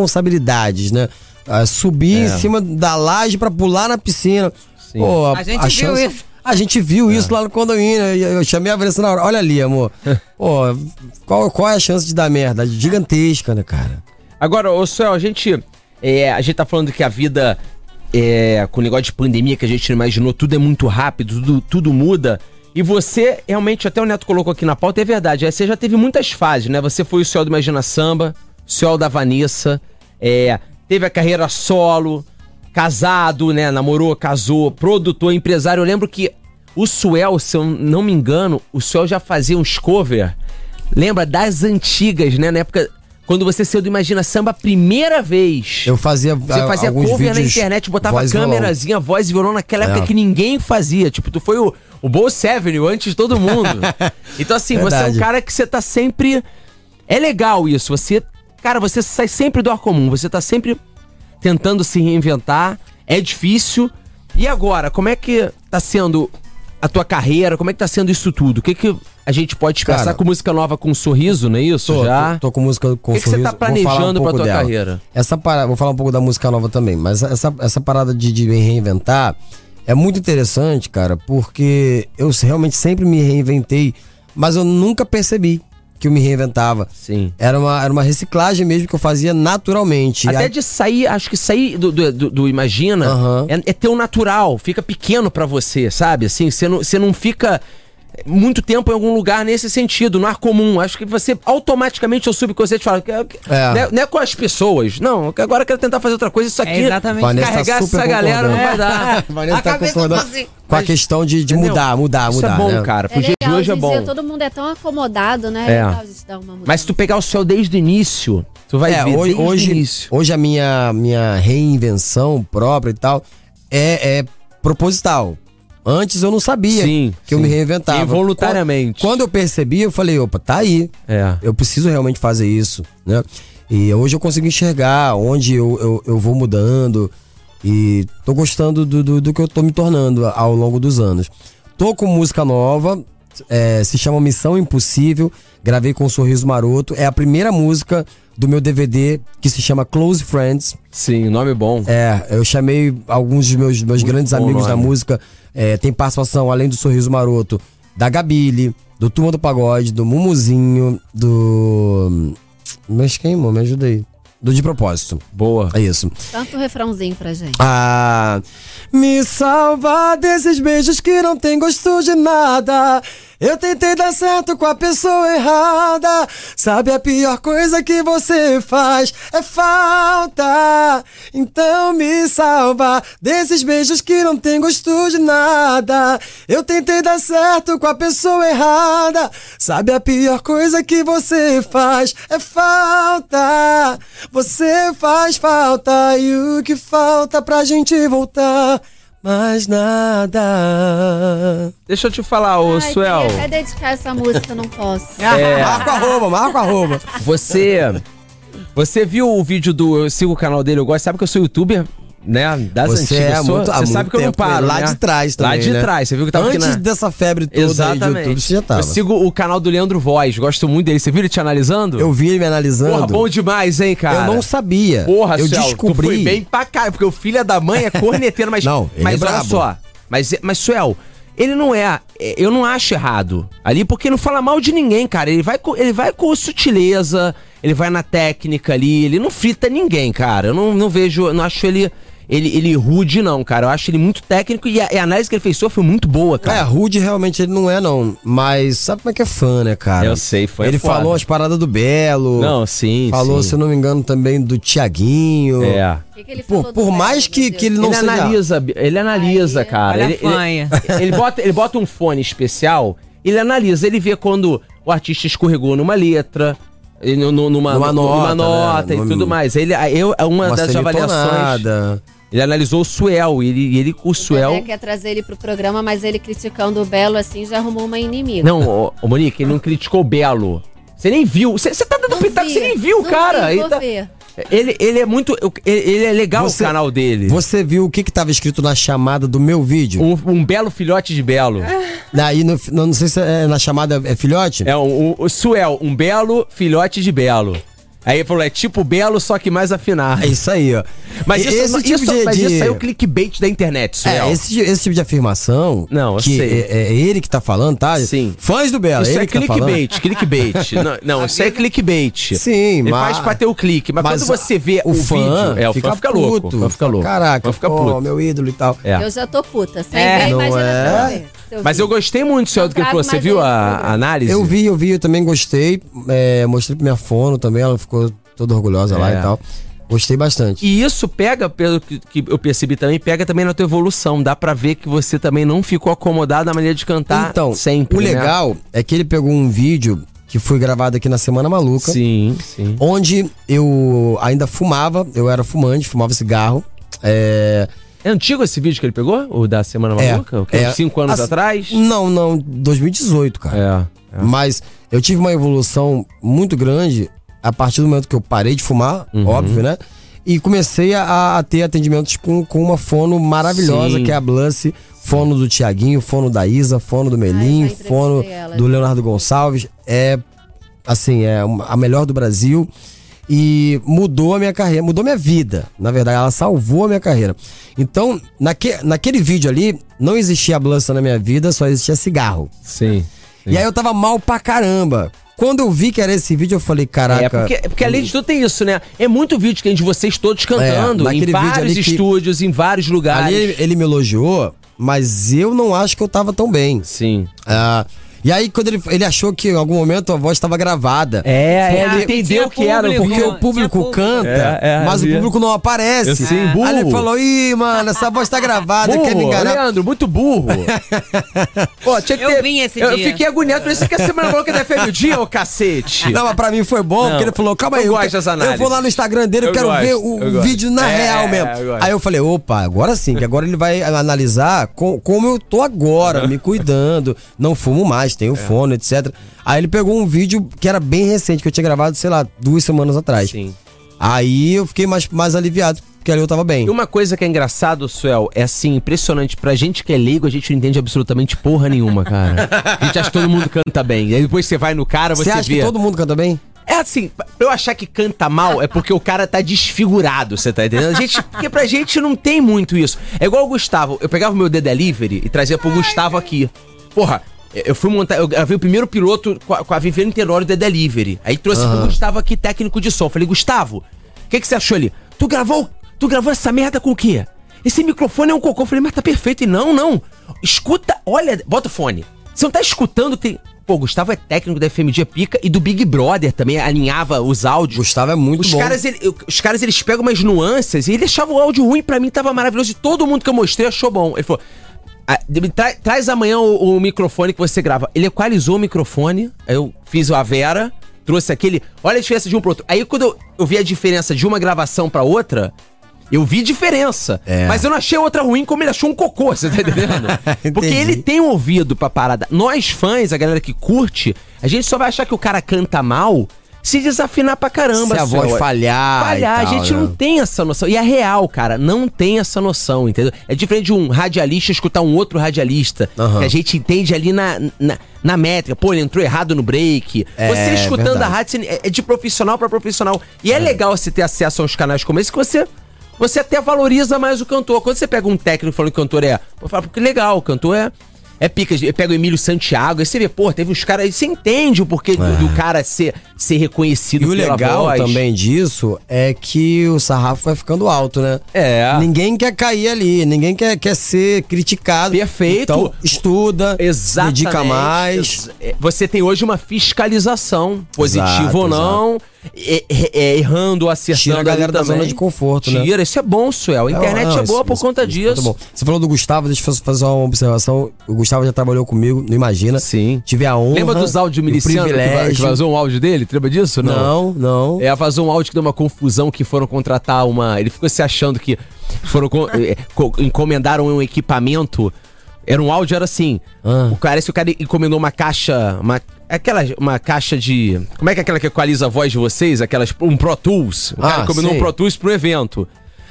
irresponsabilidades, né? Ah, subir em cima da laje pra pular na piscina. Pô,
A gente viu isso.
A gente viu isso lá no condomínio. e Eu chamei a Vanessa na hora. Olha ali, amor. Pô, qual, qual é a chance de dar merda? Gigantesca, né, cara?
Agora, ô Suel, a gente. é, a gente tá falando que a vida. é, com o negócio de pandemia que a gente não imaginou, tudo é muito rápido, tudo, tudo muda. E você, realmente, até o Neto colocou aqui na pauta, é verdade. é, Você já teve muitas fases, né? Você foi o Suel do Imagina Samba, Suel da Vanessa, é, teve a carreira solo, casado, né? Namorou, casou, produtor, empresário. Eu lembro que o Suel, se eu não me engano, o Suel já fazia uns cover. Lembra das antigas, né? Na época, quando você saiu do Imagina Samba a primeira vez.
Eu fazia. ah,
Você fazia cover na internet, botava câmerazinha, voz e violão naquela época
É.
que ninguém fazia. Tipo, tu foi o, o Bo Seven o antes de todo mundo. então, assim, você é um
Verdade.
cara que você tá sempre. É legal isso. Você. Cara, você sai sempre do ar comum. Você tá sempre tentando se reinventar. É difícil. E agora, como é que tá sendo a tua carreira? Como é que tá sendo isso tudo? O que, que a gente pode
Cara,
pensar com música nova com um sorriso, não é isso?
Tô,
Já?
tô, tô com música com
O que que você
sorriso,
tá
vou falar um
planejando pra
pouco
tua
dela.
carreira?
Essa parada, vou falar um pouco da música nova também, mas essa, essa parada de, de me reinventar é muito interessante, cara, porque eu realmente sempre me reinventei, mas eu nunca percebi que eu me reinventava.
Sim.
Era uma, era uma reciclagem mesmo que eu fazia naturalmente.
Até
Aí-
de sair, acho que sair do, do, do- do Imagina
Aham.
é, é teu natural, fica pequeno pra você, sabe? Assim, você não, você não fica muito tempo em algum lugar nesse sentido, no ar comum. Acho que você automaticamente, o subconsciente fala, que- que-
É.
né, não é com as pessoas, não, que agora eu quero tentar fazer outra coisa, isso
É
aqui,
exatamente
Vanessa tá
carregar essa
super
galera não vai
concordando.
dar.
Vanessa
A
tá
cabeça
concordando
tá assim,
com a
mas-
questão de, de
Entendeu?
mudar, mudar,
Isso
mudar.
é bom,
né?
cara, pro
É
dia de
legal,
hoje é
em dia
bom.
todo mundo é tão acomodado, né?
É.
É legal a gente dar uma mudança.
Mas se tu pegar o céu desde o início, tu vai
É,
ver
hoje,
desde o
hoje,
início.
hoje a minha, minha reinvenção própria e tal é, é proposital. Antes eu não sabia
Sim,
que eu
sim.
me reinventava.
Involuntariamente.
Quando, quando eu percebi, eu falei, opa, tá aí.
É.
Eu preciso realmente fazer isso, né? E hoje eu consigo enxergar onde eu, eu, eu vou mudando e tô gostando do, do, do que eu tô me tornando ao longo dos anos. Tô com música nova, é, se chama Missão Impossível, gravei com um sorriso maroto. É a primeira música do meu DVD que se chama Close Friends.
Sim, nome bom.
É, eu chamei alguns dos meus, meus grandes
bom
amigos
nome.
da música. É, tem participação, além do Sorriso Maroto, da Gabile, do Turma do Pagode, do Mumuzinho, do. hum, Mas quem, irmão? Me ajuda aí. Do De Propósito.
Boa.
É isso.
Canta o refrãozinho pra gente.
Ah, me salva desses beijos que não tem gosto de nada. Eu tentei dar certo com a pessoa errada. Sabe a pior coisa que você faz é falta. Então me salva desses beijos que não tem gosto de nada. Eu tentei dar certo com a pessoa errada. Sabe a pior coisa que você faz é falta. Você faz falta e o que falta pra gente voltar? Mais nada.
Deixa eu te falar, ô
Ai,
Suel.
queria até dedicar essa música, não posso.
Marco arroba, marco arroba.
É. Você. Você viu o vídeo do. Eu sigo o canal dele, eu gosto. Sabe que eu sou youtuber, né? Das
Você
antigas.
é
sou-
muito- há
você
muito
sabe que eu não
tempo,
paro.
né? Lá
né?
de trás
Lá
também,
de
né?
trás. Você viu que tava aqui
Antes
na-
dessa febre toda aí de
Exatamente.
YouTube, você já tava.
Eu sigo o canal do Leandro Voz, gosto muito dele. Você viu ele te analisando?
Eu vi ele me analisando.
Porra, bom demais, hein, cara?
eu não sabia.
Porra,
É. eu
Céu,
descobri.
Tu foi bem pra caralho, porque o filho da mãe é corneteiro, mas.
Não, ele
mas
é
olha
brabo.
só. Mas, mas, Suel, ele não é. é, Eu não acho errado ali, porque não fala mal de ninguém, cara. Ele vai com, ele vai com sutileza, ele vai na técnica ali, ele não frita ninguém, cara. Eu não, não vejo, eu não acho ele. Ele, ele rude, não, cara. Eu acho ele muito técnico e a, e a análise que ele fez sua foi muito boa,
É,
cara.
rude realmente ele não é, não. Mas sabe como é que é fã, né, cara?
Eu sei, foi
Ele
foda.
falou as paradas do Belo.
Não, sim.
Falou,
sim.
se eu não me engano, também do Tiaguinho.
É.
O que, que ele
Pô,
falou
Por,
do Fred,
mais
meu
que,
Deus?
que ele não
ele
seja...
analisa, ele analisa, cara.
Olha a
ele, ele-
fanha.
ele bota, ele bota um fone especial, ele analisa, ele vê quando o artista escorregou numa letra, e nu- nu- numa,
Numa
nu- numa
nota,
nota
né?
e
Num-
tudo mais. Ele, aí eu, é uma,
uma
das avaliações,
semitonada.
ele analisou o Suel, e ele, e ele o
Dedé
Suel...
quer trazer ele pro programa, mas ele criticando o Belo assim já arrumou uma inimiga.
Não, ô, ô, Monique, ele não criticou o Belo. Você nem viu, você você tá dando
Não
pitaco,
vi,
você nem viu,
não
cara.
vi,
ele,
vou
tá-
ver.
ele, ele é muito, eu- ele, ele é legal
Você-
o canal dele.
Você viu o que que tava escrito na chamada do meu vídeo?
Um, um belo filhote de belo.
É.
Daí, no- não, não sei se é na chamada é filhote.
É um, o, o Suel, um belo filhote de belo. Aí ele falou, é tipo belo, só que mais afinado.
É isso aí, ó.
Mas isso,
esse tipo
isso-
de,
mas
de-
isso aí é o clickbait da internet, Suel.
É, esse, esse tipo de afirmação.
Não, eu
que
sei.
É, é ele que tá falando, tá?
Sim.
Fãs do Belo,
isso
ele
é
que tá falando.
clickbait, clickbait. Não, não, isso é clickbait.
Sim,
Ele
mas-
faz pra ter o clique, mas, quando você vê o,
fã,
vídeo, é, o fã fica louco.
puto.
O fã fica louco.
Caraca,
o fã fica
pô,
puto.
meu ídolo e tal.
É.
Eu já tô puta. Sem
É.
ver a
Não
imagem
é?
Mas eu gostei muito, Suel, do que ele falou. Você viu a, a análise?
Eu vi, eu vi, eu também gostei. É, mostrei pra minha fono também, ela ficou toda orgulhosa lá
É.
e tal. Gostei bastante.
E isso pega, pelo que, que eu percebi também, pega também na tua evolução. Dá pra ver que você também não ficou acomodado na maneira de cantar
então,
sempre.
o
né?
legal é que ele pegou um vídeo que foi gravado aqui na Semana Maluca.
Sim, sim.
Onde eu ainda fumava, eu era fumante, fumava cigarro. É,
É antigo esse vídeo que ele pegou? O da Semana Maluca? O que,
é,
cinco anos
assim,
atrás?
Não, não, 2018, cara.
É. é.
Mas eu tive uma evolução muito grande a partir do momento que eu parei de fumar,
Uhum.
óbvio, né? E comecei a, a ter atendimentos com, com uma fono maravilhosa,
Sim.
que é a Blusse, fono do Tiaguinho, fono da Isa, fono do Melim,
já entrevistei
fono
ela,
do
já.
Leonardo Gonçalves. É, assim, é uma- a melhor do Brasil. E mudou a minha carreira, mudou minha vida. Na verdade, ela salvou a minha carreira. Então, naque, naquele vídeo ali, não existia Blusse na minha vida, só existia cigarro.
Sim. sim.
E aí eu tava mal pra caramba. Quando eu vi que era esse vídeo, eu falei, caraca.
É, porque, porque além de tudo tem isso, né? É muito vídeo que a gente, vocês todos
É,
cantando,
naquele
em
vídeo ali
vários
que-
estúdios, em vários lugares.
Ali ele, ele me elogiou, mas eu não acho que eu tava tão bem.
Sim.
Ah, E aí, quando ele, ele achou que em algum momento a voz estava gravada.
É,
Tinha-
ele entendeu
Ah, tinha
que era o
público.
Porque
Tinha
o público
público.
canta,
É, é,
mas o
havia.
público não aparece.
Eu sei,
É.
burro.
Aí ele falou, ih, mano, essa voz tá gravada,
burro,
quer me enganar.
Leandro, muito burro. Pô, tinha que
Eu
ter-
vim esse
eu,
dia.
Eu fiquei agoniado, por isso que a semana falou que é FM o dia, ô cacete.
Não, mas pra mim foi bom, porque ele falou, calma
eu
aí,
gosto
que-
dessa análise.
eu vou lá no Instagram dele, eu,
Eu
quero
gosto,
ver
eu
o
gosto.
vídeo na
É,
real mesmo.
eu gosto.
aí eu falei, opa, agora sim, que agora ele vai analisar com- como eu tô agora, me cuidando, não fumo mais, tenho
É.
fone, etc. Aí ele pegou um vídeo que era bem recente, que eu tinha gravado, sei lá, duas semanas atrás.
Sim.
Aí eu fiquei mais, mais aliviado, porque ali eu tava bem.
E uma coisa que é engraçado, Suel, é assim, impressionante. Pra gente que é leigo, a gente não entende absolutamente porra nenhuma, cara. A gente acha que todo mundo canta bem. E aí depois você vai no cara, você,
Você acha
vê.
que todo mundo canta bem?
É assim, pra eu achar que canta mal é porque o cara tá desfigurado, você tá entendendo? A gente, porque pra gente não tem muito isso. É igual o Gustavo. Eu pegava o meu The Delivery e trazia pro Gustavo aqui. Porra, é, eu fui montar. Eu gravei o primeiro piloto com a, com a Viviane Tenório do The Delivery. Aí trouxe pro Gustavo aqui, técnico de som. Falei, Gustavo, o que, que você achou ali? Tu gravou? Tu gravou essa merda com o quê? Esse microfone é um cocô. Eu falei, mas tá perfeito. E não, não. Escuta, olha, bota o fone. Você não tá escutando, tem. Pô, o Gustavo é técnico da FMG Pica e do Big Brother também alinhava os áudios.
Gustavo é muito
os
bom.
Caras, ele- eu- os caras, eles pegam umas nuances e ele achava o áudio ruim, pra mim tava maravilhoso. E todo mundo que eu mostrei achou bom. Ele falou: "Ah, me tra- traz amanhã o, o microfone que você grava. Ele equalizou o microfone, aí eu fiz a Vera, trouxe aquele. Olha a diferença de um pro outro. Aí quando eu, eu vi a diferença de uma gravação pra outra. Eu vi diferença,
É.
mas eu não achei a outra ruim como ele achou um cocô, você tá entendendo? Porque
Entendi.
ele tem um ouvido pra parada. Nós fãs, a galera que curte, a gente só vai achar que o cara canta mal se desafinar pra caramba.
Se a
senhor.
voz falhar e
Falhar,
tal,
a gente
né?
não tem essa noção. E é real, cara, não tem essa noção, entendeu? É diferente de um radialista escutar um outro radialista,
Aham.
que a gente entende ali na, na, na métrica. Pô, ele entrou errado no break.
É,
você escutando
verdade.
a rádio, você- é- é de profissional pra profissional. E é, legal você ter acesso aos canais como esse, que você... Você até valoriza mais o cantor. Quando você pega um técnico falando que o cantor é. Eu falo, porque legal, o cantor é. É pica. Eu pego o Emílio Santiago. Aí você vê, pô, teve os caras. aí Você entende o porquê do, do cara ser, ser reconhecido
É. E o
pela
legal
voz.
também disso é que o sarrafo vai ficando alto, né?
É.
Ninguém quer cair ali, ninguém quer, quer ser criticado.
Perfeito.
Então, estuda, se
Exatamente.
dedica mais.
Ex- é, Você tem hoje uma fiscalização, positivo
Exato,
ou não, e- e- é, errando ou acertando.
Tira a galera
ali
da
também.
zona de conforto, né?
Tira, isso é bom, Suel. A internet
Então, Não,
é boa
isso-
por
isso-
conta
isso
disso.
muito bom. Você falou do Gustavo, deixa eu fa- fazer uma observação. O Gustavo já trabalhou comigo, não imagina.
Sim.
Tive a honra.
Lembra dos áudios
e o
milicianos que va- que
privilégio.
vazou um áudio dele? Tu Lembra disso?
Não, não.
É, vazou um áudio que deu uma confusão que foram contratar uma. Ele ficou se achando que foram con- eh, co- encomendaram um equipamento. Era um áudio, era assim.
Ah.
O cara, se o cara encomendou uma caixa, uma aquela uma caixa de, como é que é aquela que equaliza a voz de vocês, aquelas um Pro Tools. O
Ah,
cara encomendou
sei.
um Pro Tools pro evento.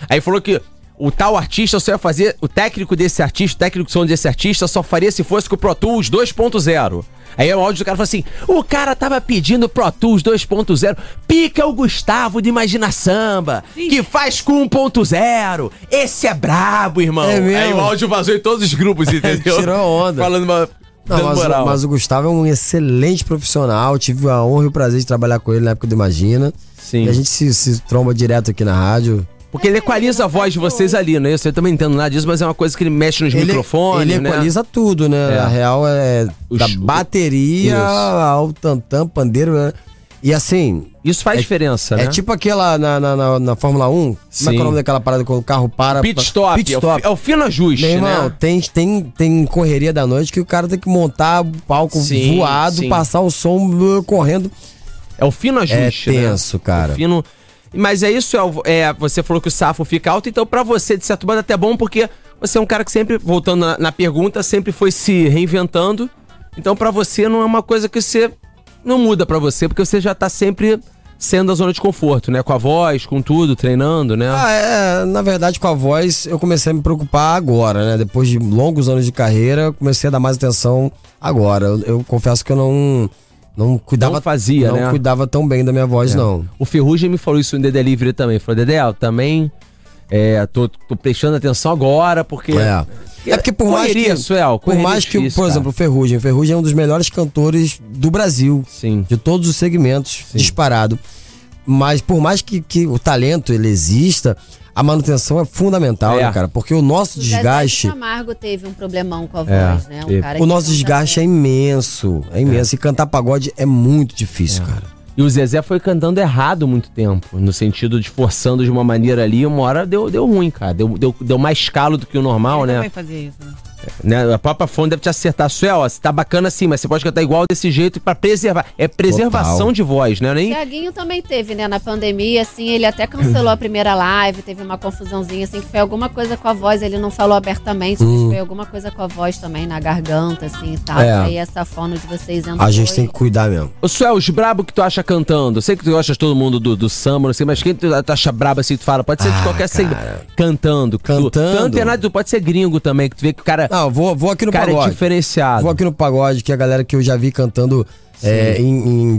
Aí falou que o tal artista só ia fazer, o técnico desse artista, o técnico de som desse artista só faria se fosse com o Pro Tools 2.0. Aí o áudio do cara falou assim: o cara tava pedindo Pro Tools 2.0, pica é o Gustavo de Imagina Samba, que faz com 1.0. Esse é brabo, irmão.
É mesmo?
Aí o áudio vazou em todos os grupos, entendeu?
Tirou onda.
Falando uma.
Não,
dando
mas, o-
moral.
mas o Gustavo é um excelente profissional. Tive a honra e o prazer de trabalhar com ele na época do Imagina.
Sim.
E a gente se, se tromba direto aqui na rádio.
Porque ele equaliza a voz de vocês ali, não é isso? Eu também não entendo nada disso, mas é uma coisa que ele mexe nos microfones,
ele
né?
equaliza tudo, né?
É.
A real é
Os-
da bateria
Isso.
ao tantam, pandeiro, né? E assim,
Isso faz diferença, né?
é tipo aquela na, na, na- na Fórmula 1. Como é que é
Sim.
o nome daquela parada quando o carro para?
pit stop,
Pit
é o fi-
stop.
É, o, fino ajuste,
Meu irmão,
né?
tem, tem, tem correria da noite que o cara tem que montar o palco
Sim,
voado,
sim.
passar o som uh, correndo.
É o fino
É
ajuste, né?
tenso, cara.
O fino... Mas é isso, Elvo. é, você falou que o safo fica alto, então pra você, de certo modo, é até bom, porque você é um cara que sempre, voltando na, na pergunta, sempre foi se reinventando. Então pra você não é uma coisa que você não muda pra você, porque você já tá sempre sendo a zona de conforto, né? Com a voz, com tudo, treinando, né?
Ah, é, na verdade, com a voz, eu comecei a me preocupar agora, né? Depois de longos anos de carreira, eu comecei a dar mais atenção agora. Eu, eu confesso que eu não, não cuidava.
Não fazia,
não
né? É.
cuidava tão bem da minha voz, não.
O Ferrugem me falou isso no The Delivery também. Falou, Dedé, eu também é, tô, tô prestando atenção agora, porque.
É. É porque por mais
Correria,
que.
Suel,
por
correria é
mais que,
difícil,
por
cara.
exemplo, o Ferrugem. O Ferrugem é um dos melhores cantores do Brasil.
Sim.
De todos os segmentos, disparado. Mas por mais que, que o talento ele exista, a manutenção é fundamental,
É.
né, cara? Porque o nosso
O Zezé de
desgaste.
Camargo teve um problemão com a
É,
voz, né?
teve.
Um cara
O
que
nosso
canta
desgaste é imenso. É imenso. E cantar pagode é muito difícil, cara.
E o Zezé foi cantando errado muito tempo, no sentido de forçando de uma maneira ali, e uma hora deu, deu ruim, cara. Deu, deu, deu mais calo do que o normal,
Ele
né?
também fazia isso, né?
né? A própria fonte deve te acertar. Suel, ó, você tá bacana assim, mas você pode cantar igual desse jeito pra preservar. É preservação
Total.
de voz, né? Nem...
Tiaguinho também teve, né? Na pandemia, assim, ele até cancelou a primeira live, teve uma confusãozinha, assim, que foi alguma coisa com a voz, ele não falou abertamente, mas foi alguma coisa com a voz também, na garganta, assim, e tal.
Hum. É.
Aí essa fono de vocês entrou.
A gente
e-
tem que cuidar mesmo.
Ô, Suel, os brabo que tu acha cantando. Eu sei que tu gosta de todo mundo do, do samba, não sei, mas quem tu, tu acha brabo assim, tu fala, pode ser de
Ah,
qualquer
cara.
segmento. Cantando. que tu-
Cantando.
Tanto é nada, tu pode ser gringo também, que tu vê que o cara,
Não, vou, vou aqui no
cara é
pagode.
diferenciado.
Vou aqui no pagode, que é a galera que eu já vi cantando é, em,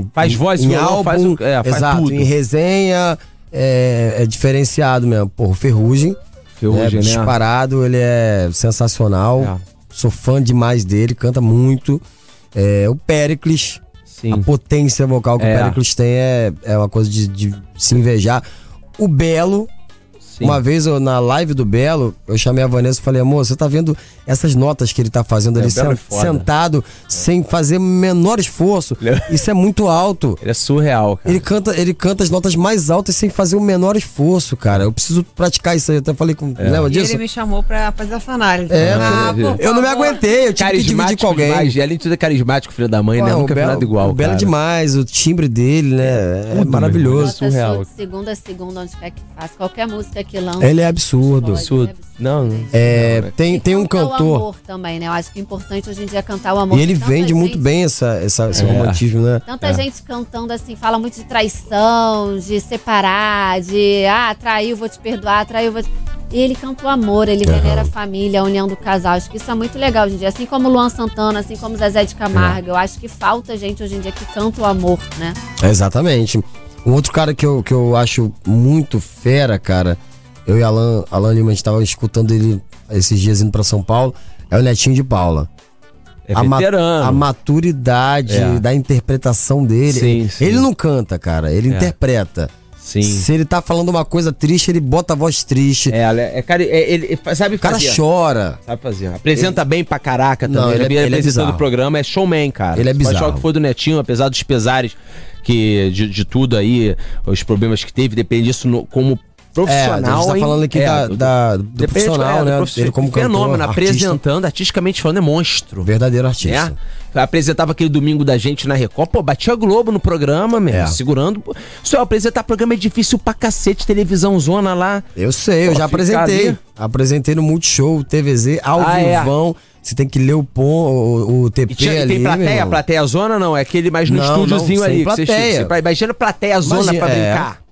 em-
Faz
em-
voz,
em
violão,
álbum,
faz o- é, faz
exato,
tudo.
em resenha, é, é diferenciado mesmo. Porra, o Ferrugem,
Ferrugem, né? É.
disparado, ele é sensacional, sou fã demais dele, canta muito. É, o Pericles,
Sim.
a potência vocal que
É.
o Pericles tem é, é uma coisa de, de se invejar. O Belo,
Sim.
uma vez eu, na live do Belo, eu chamei a Vanessa e falei, amor, você tá vendo essas notas que ele tá fazendo
É,
ali
o Belo
sen-
é foda.
sentado, sem fazer o menor esforço? Isso é muito alto.
Ele é surreal, cara.
Ele canta, ele canta as notas mais altas sem fazer o menor esforço, cara. Eu preciso praticar isso aí. Eu até falei com.
É.
Lembra
E
disso?
ele me chamou pra fazer essa análise.
É,
ah,
porque-
por
Eu não me
favor.
aguentei, eu tive que dividir Tipo, com alguém.
demais. E além de tudo, é carismático, filho da mãe, né?
Pô,
Nunca vi nada igual.
o Belo é
cara.
demais, o timbre dele, né? É
Tudo,
Bota
maravilhoso.
meu surreal.
show de segunda a segunda, onde quer que faça. Qualquer música que lança.
Ele é absurdo.
Pode.
Absurdo. Não, não.
É, tem,
E
tem um
cantar o
cantor.
amor também, né? Eu acho que é importante hoje em dia cantar o amor.
E ele
Tanta
vende muito
gente-
bem essa, essa- esse
É.
romantismo, né?
Tanta gente cantando assim, fala muito de traição, de separar, de ah, traiu, vou te perdoar, traiu, vou te... E ele canta o amor, ele venera a família, a união do casal. Acho que isso é muito legal hoje em dia. Assim como Luan Santana, assim como Zezé de
É.
Camargo. Eu acho que falta gente hoje em dia que canta o amor, né?
É, Exatamente. Um outro cara que eu, que eu acho muito fera, cara, eu e Alan, Alan Lima, a gente tava escutando ele esses dias indo pra São Paulo, é o Netinho de Paula.
É
a, ma- a
veterano.
maturidade
É.
da interpretação dele.
Sim,
ele,
sim.
ele não canta, cara, ele
É.
interpreta.
Sim.
Se ele tá falando uma coisa triste, ele bota a voz triste.
É, ela é, é, cari- é, ele ele fa- sabe
O cara
fazer.
chora.
Sabe fazer. Apresenta bem pra caraca também.
Não, ele é-
vem
ele é
apresentando
bizarro.
o programa, é showman, cara.
Ele é
Você Pode falar
bizarro.
o que foi do Netinho, apesar dos pesares que, de, de tudo aí, os problemas que teve, depende disso no- como
É,
profissional.
a gente tá
hein?
falando aqui
É,
da,
do-
da- do
depende,
profissional,
é, do
né?
profiss-
Ele como cantor,
Fenômeno,
artista,
apresentando, artisticamente falando, é monstro.
verdadeiro artista.
É. Apresentava aquele domingo da gente na Record. Pô, batia Globo no programa, mesmo,
É.
segurando. Pô, Só apresentar programa é difícil pra cacete, televisão zona lá.
Eu sei, eu
Pô, fica
já apresentei.
ali.
Apresentei no Multishow, TVZ, ao
Ah, é.
vivão. Você tem que ler o pon, o, o TP
E, tinha, e
ali,
tem
meu
plateia,
irmão.
plateia zona não, é aquele mais no
Não,
estúdiozinho
não, sem
ali. que você
plateia.
chega- você- imagina plateia zona
Imagina,
pra
é.
brincar.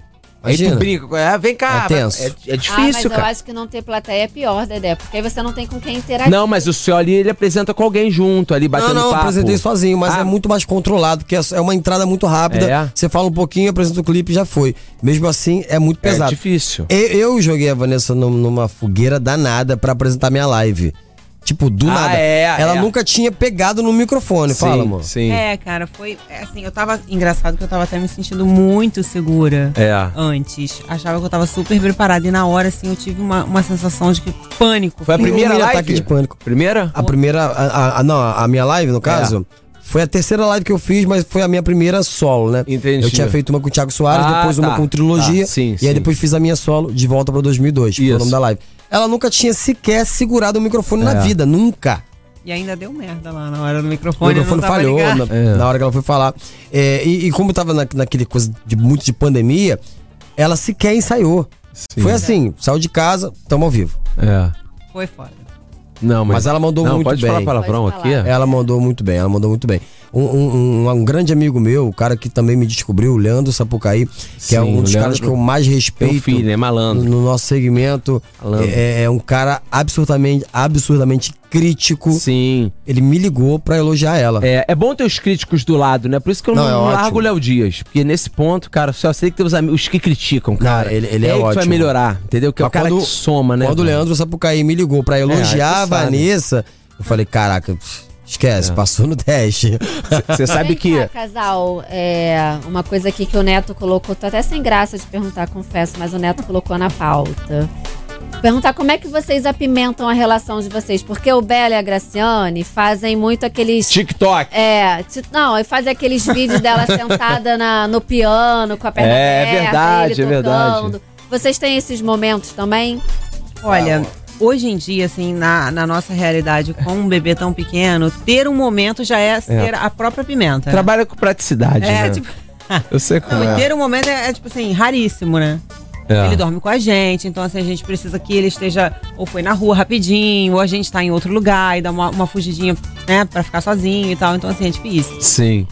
Aí tu
Imagina.
brinca, com- ah, vem cá.
É tenso.
É, é
ah, mas
difícil,
eu
cara.
acho que não ter plateia é pior, Dedé. Porque aí você não tem com quem interagir.
Não, mas o senhor ali, ele apresenta com alguém junto, ali batendo
Não, não, eu
papo.
apresentei sozinho, mas
Ah.
é muito mais controlado, porque é é uma entrada muito rápida.
É.
Você fala um pouquinho, apresenta o clipe e já foi. Mesmo assim, é muito
É
pesado.
difícil.
Eu, eu joguei a Vanessa num- numa fogueira danada pra apresentar minha live. Tipo, do
Ah,
nada.
é,
Ela
é.
nunca tinha pegado no microfone. Fala, amor.
Sim.
É, cara, foi é, assim, eu tava. Engraçado que eu tava até me sentindo muito segura
É.
antes. Achava que eu tava super preparada. E na hora, assim, eu tive uma, uma sensação de que pânico.
Foi a
Ih,
primeira
um
live?
ataque de pânico.
Primeira?
A primeira, a, a- a- não, a minha live,
É.
no caso, foi a terceira live que eu fiz, mas foi a minha primeira solo, né?
Entendi.
Eu tinha feito uma com o Thiago Soares,
Ah,
depois
tá,
uma com trilogia,
tá, sim,
e
sim.
aí depois fiz a minha solo, de volta pra 2002, que foi
Isso.
o nome da live. Ela nunca tinha sequer segurado o microfone
É.
na vida, nunca.
E ainda deu merda lá na hora do
O
microfone.
microfone
não tava
falhou né?
ligado.
na, na hora que ela foi falar. É, e, e como tava na, naquele coisa de muito de pandemia, ela sequer ensaiou. Foi assim, saiu de casa, tamo ao vivo.
É.
Foi foda.
Não, mas,
Mas ela mandou
não,
muito
pode
bem.
falar palavrão
Pode
aqui?
falar.
Ela mandou muito bem, ela mandou muito bem. Um, um- um- um grande amigo meu, o cara que também me descobriu, o Leandro Sapucaí, que
Sim,
é
o
um dos
Leandro
caras que eu mais
Tem um
respeito
filho, é
no,
malandro.
no nosso segmento.
Malandro.
É, é um cara absurdamente, absurdamente crítico.
Sim.
Ele me ligou pra elogiar ela.
É, é bom ter os críticos do lado, né? Por isso que eu não,
Não, é
não
ótimo.
largo o Léo Dias. Porque nesse ponto, cara, só sei que tem os, ami- os que criticam, cara.
ele- ele é
aí que tu vai
ótimo.
melhorar, entendeu? Que é o
Mas
cara
quando-
que soma, né?
Quando o
velho?
Leandro Sapucaí me ligou pra
É, aí tu
elogiar a
sabe. É.
Vanessa, eu falei, caraca, pff, Esquece, passou no teste.
Você sabe
Vem
que.
cá, casal, é, uma coisa aqui que o Neto colocou, tô até sem graça de perguntar, confesso, mas o Neto colocou na pauta. Perguntar como é que vocês apimentam a relação de vocês, porque o Bela e a Graciane fazem muito aqueles.
TikTok.
É, ti- não, e faz aqueles vídeos dela sentada na- no piano, com a perna
É,
aberta,
verdade,
ele
é verdade.
tocando. Vocês têm esses momentos também?
Olha, hoje em dia, assim, na, na nossa realidade, com um bebê tão pequeno, ter um momento já é ser a própria pimenta. né?
Trabalha com praticidade.
É,
né?
tipo,
Eu sei como
não, e
é.
ter um momento é, é, tipo assim, raríssimo, né?
É.
Ele dorme com a gente, então assim, a gente precisa que ele esteja ou foi na rua rapidinho, ou a gente tá em outro lugar e dá uma, uma fugidinha, né, pra ficar sozinho e tal. Então, assim, é difícil.
Sim.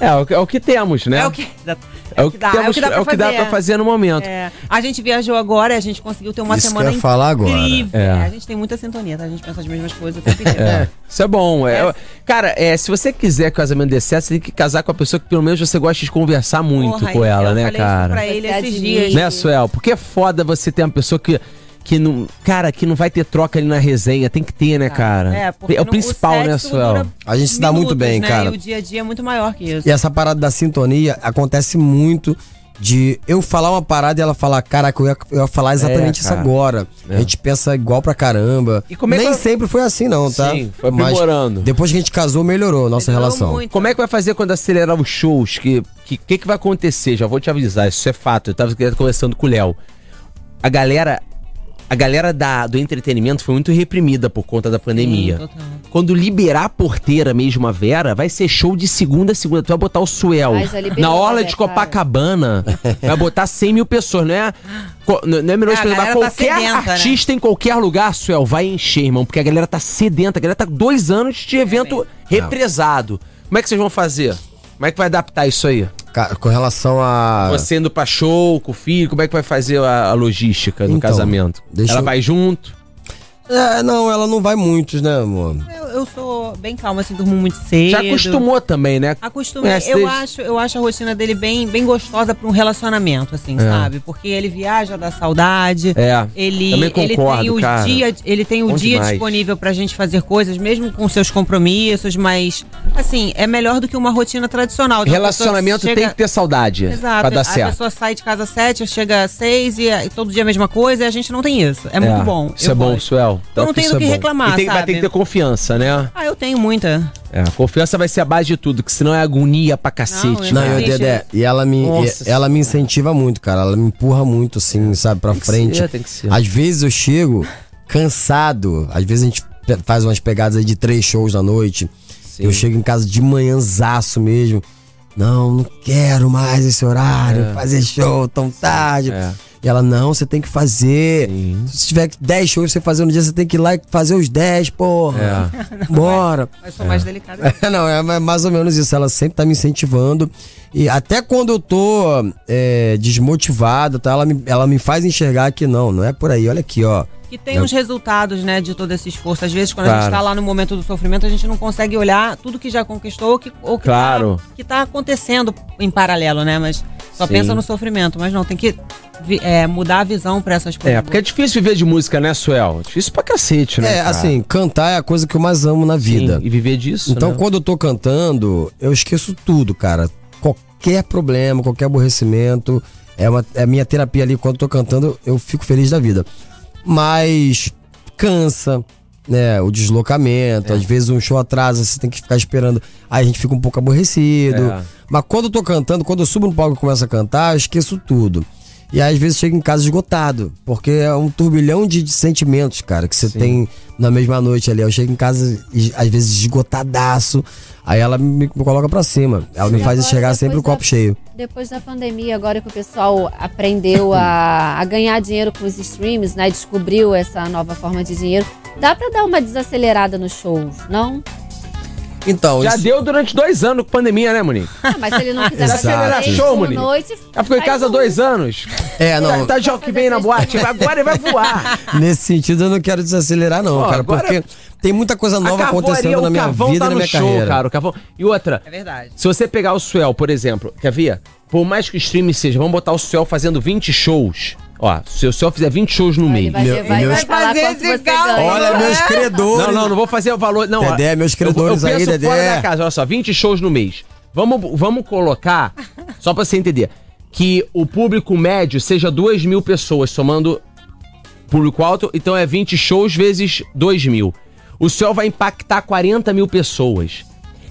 É, é o, que, é o que temos, né?
É o que dá,
É o que temos- é o que dá pra fazer no momento.
É, a gente viajou agora e a gente conseguiu ter uma
Isso
semana
que eu ia falar agora.
incrível.
É.
A gente tem muita sintonia, tá? A gente pensa as mesmas coisas o tempo inteiro.
É, Isso é bom. é.
É.
Cara, é, se você quiser que o casamento dê certo, você tem que casar com a pessoa que pelo menos você gosta de conversar muito
Porra,
com ela,
eu
né,
falei
cara?
Isso pra ele
Você
esses
admira.
dias.
Né, Suel? Porque é foda você ter uma pessoa que. Que não, cara, que não vai ter troca ali na resenha. Tem que ter, né, cara?
É, porque
é o
não-
principal, né,
sexo
Suel?
dura
A gente se dá muito bem,
né?
cara.
E o dia a dia é muito maior que isso.
E essa parada da sintonia acontece muito de eu falar uma parada e ela falar, caraca, eu ia, eu ia falar
É,
exatamente isso
cara.
agora. A gente pensa igual pra caramba.
E como é que
Nem
ela-
sempre foi assim, não, tá?
Sim, foi
Mas
aprimorando.
depois que a gente casou, melhorou a nossa
Melhorou
relação.
muito.
Como é que vai fazer quando acelerar os shows? O que, que, que, que vai acontecer? Já vou te avisar, isso é fato. Eu tava conversando com o Léo. A galera. A galera da, do entretenimento foi muito reprimida por conta da pandemia.
total.
Quando liberar a porteira mesmo, a Vera, vai ser show de segunda a segunda. Tu vai botar o Suel
Mas já liberou,
na orla
né,
de
cara?
Copacabana, vai botar 100 mil pessoas, não é? co- Não não é melhor
É, a
é,
galera tá
qualquer
sedenta, né?
artista em qualquer lugar, Suel, vai encher, irmão, porque a galera tá sedenta, a galera tá dois anos de evento represado. Como é que vocês vão fazer? Como é que vai adaptar isso aí?
Cara, com relação a.
Você indo pra show com o filho, como é que vai fazer a, a logística do
Então,
casamento?
deixa
Ela
eu-
vai junto?
É, não, ela não vai muitos, né, amor?
Eu, eu sou bem calma, assim, durmo muito cedo.
Já acostumou também, né?
Acostumei.
Conhece
eu,
desde-
acho, eu acho a rotina dele bem, bem gostosa pra um relacionamento, assim, sabe? Porque ele viaja da saudade.
É.
Ele,
Também concordo,
ele tem o
cara.
dia, ele tem o
Bom
dia
demais.
disponível pra gente fazer coisas, mesmo com seus compromissos, mas assim, é melhor do que uma rotina tradicional. Então, a pessoa
Relacionamento tem
chega-
que ter saudade
Exato.
pra dar
a
certo.
pessoa sai de casa às sete, chega às seis e, e todo dia a mesma coisa e a gente não tem isso. É, muito bom.
Isso é bom,
gosto.
Suel.
Eu não
que
tenho
isso é
do que
bom.
reclamar,
E tem, mas tem que
sabe?
ter confiança, né?
Ah, eu tenho muita.
É, a confiança vai ser a base de tudo, que senão é agonia pra cacete.
Não,
Não, é.
eu,
existe
Dedé, e ela me,
Nossa
e- ela me incentiva muito, cara. Ela me empurra muito, assim, sabe, pra
que
frente.
É,
ser, tem que ser.
Às vezes eu chego cansado. Às vezes a gente pe- faz umas pegadas aí de três shows na noite. Eu chego em casa de manhãzaço mesmo. Não, não quero mais esse horário, fazer show tão tarde.
É.
E ela, não, você tem que fazer. Se tiver 10 shows pra você fazer no dia, você tem que ir lá e fazer os 10, porra. Bora.
Eu
É.
sou mais delicada.
Não, é ma- mais ou menos isso. Ela sempre tá me incentivando. E até quando eu tô é, desmotivado, tá? ela, me, ela me faz enxergar que não, não é por aí. Olha aqui, ó.
Que tem os resultados, né, de todo esse esforço. Às vezes, quando a gente
Claro.
tá lá no momento do sofrimento, a gente não consegue olhar tudo que já conquistou ou que, ou que,
Claro.
tá, que tá acontecendo em paralelo, né? Mas só
Sim.
pensa no sofrimento. Mas não, tem que vi- é, mudar a visão pra essas coisas.
É, porque é difícil viver de música, né, Suel? Difícil pra cacete, né?
É,
cara?
assim, cantar é a coisa que eu mais amo na
Sim,
vida.
E viver disso.
Então,
né?
quando eu tô cantando, eu esqueço tudo, cara. Qualquer problema, qualquer aborrecimento. É, uma, é a minha terapia ali. Quando eu tô cantando, eu fico feliz da vida. Mas cansa, né? O deslocamento.
É.
Às vezes um show atrasa, você tem que ficar esperando. Aí a gente fica um pouco aborrecido.
É.
Mas quando eu tô cantando, quando eu subo no palco e começo a cantar, eu esqueço tudo. E aí, às vezes chego em casa esgotado, porque é um turbilhão de, de sentimentos, cara, que você tem na mesma noite ali. Eu chego em casa, e, às vezes, esgotadaço. Aí ela me, me coloca pra cima. Ela me faz
Agora,
enxergar
depois
sempre o
da-
copo cheio.
Depois da pandemia, agora que o pessoal aprendeu a, a ganhar dinheiro com os streams, né? Descobriu essa nova forma de dinheiro. Dá pra dar uma desacelerada nos shows, não?
Então,
Já
isso-
deu durante dois anos com pandemia, né, Monique?
Ah, mas se ele não quiser
Desacelerar
fazer três
show,
por
Monique. É
noite...
Ela ficou em
faz
casa
um.
dois anos.
É, não.
Tá já que vem na boate, agora ele vai voar.
Nesse sentido, eu não quero desacelerar, não,
Ó,
cara,
agora-
porque tem muita coisa nova
A cavoaria,
acontecendo na
o
minha
cavão
vida
tá
e na
no
minha
show,
carreira.
cara. O cavão. E outra,
É verdade.
se você pegar o Suel, por exemplo, quer ver? Por mais que o streaming seja, vamos botar o Suel fazendo 20 shows. Ó, se o senhor fizer 20 shows no
Ele
mês.
vai,
Meu-
levar e vai
meus-
falar
Fazer
quanto
esse
você
cálculo.
ganha.
Olha, meus credores.
Não, não, não vou fazer o valor. Não,
Dedé,
ó,
meus
eu vou-
credores
eu,
aí,
penso
Dedé.
Fora da casa, olha só, 20 shows no mês. Vamos, vamos colocar, só pra você entender, que o público médio seja 2 mil pessoas, somando público alto, então é 20 shows vezes 2 mil. O céu vai impactar 40 mil pessoas.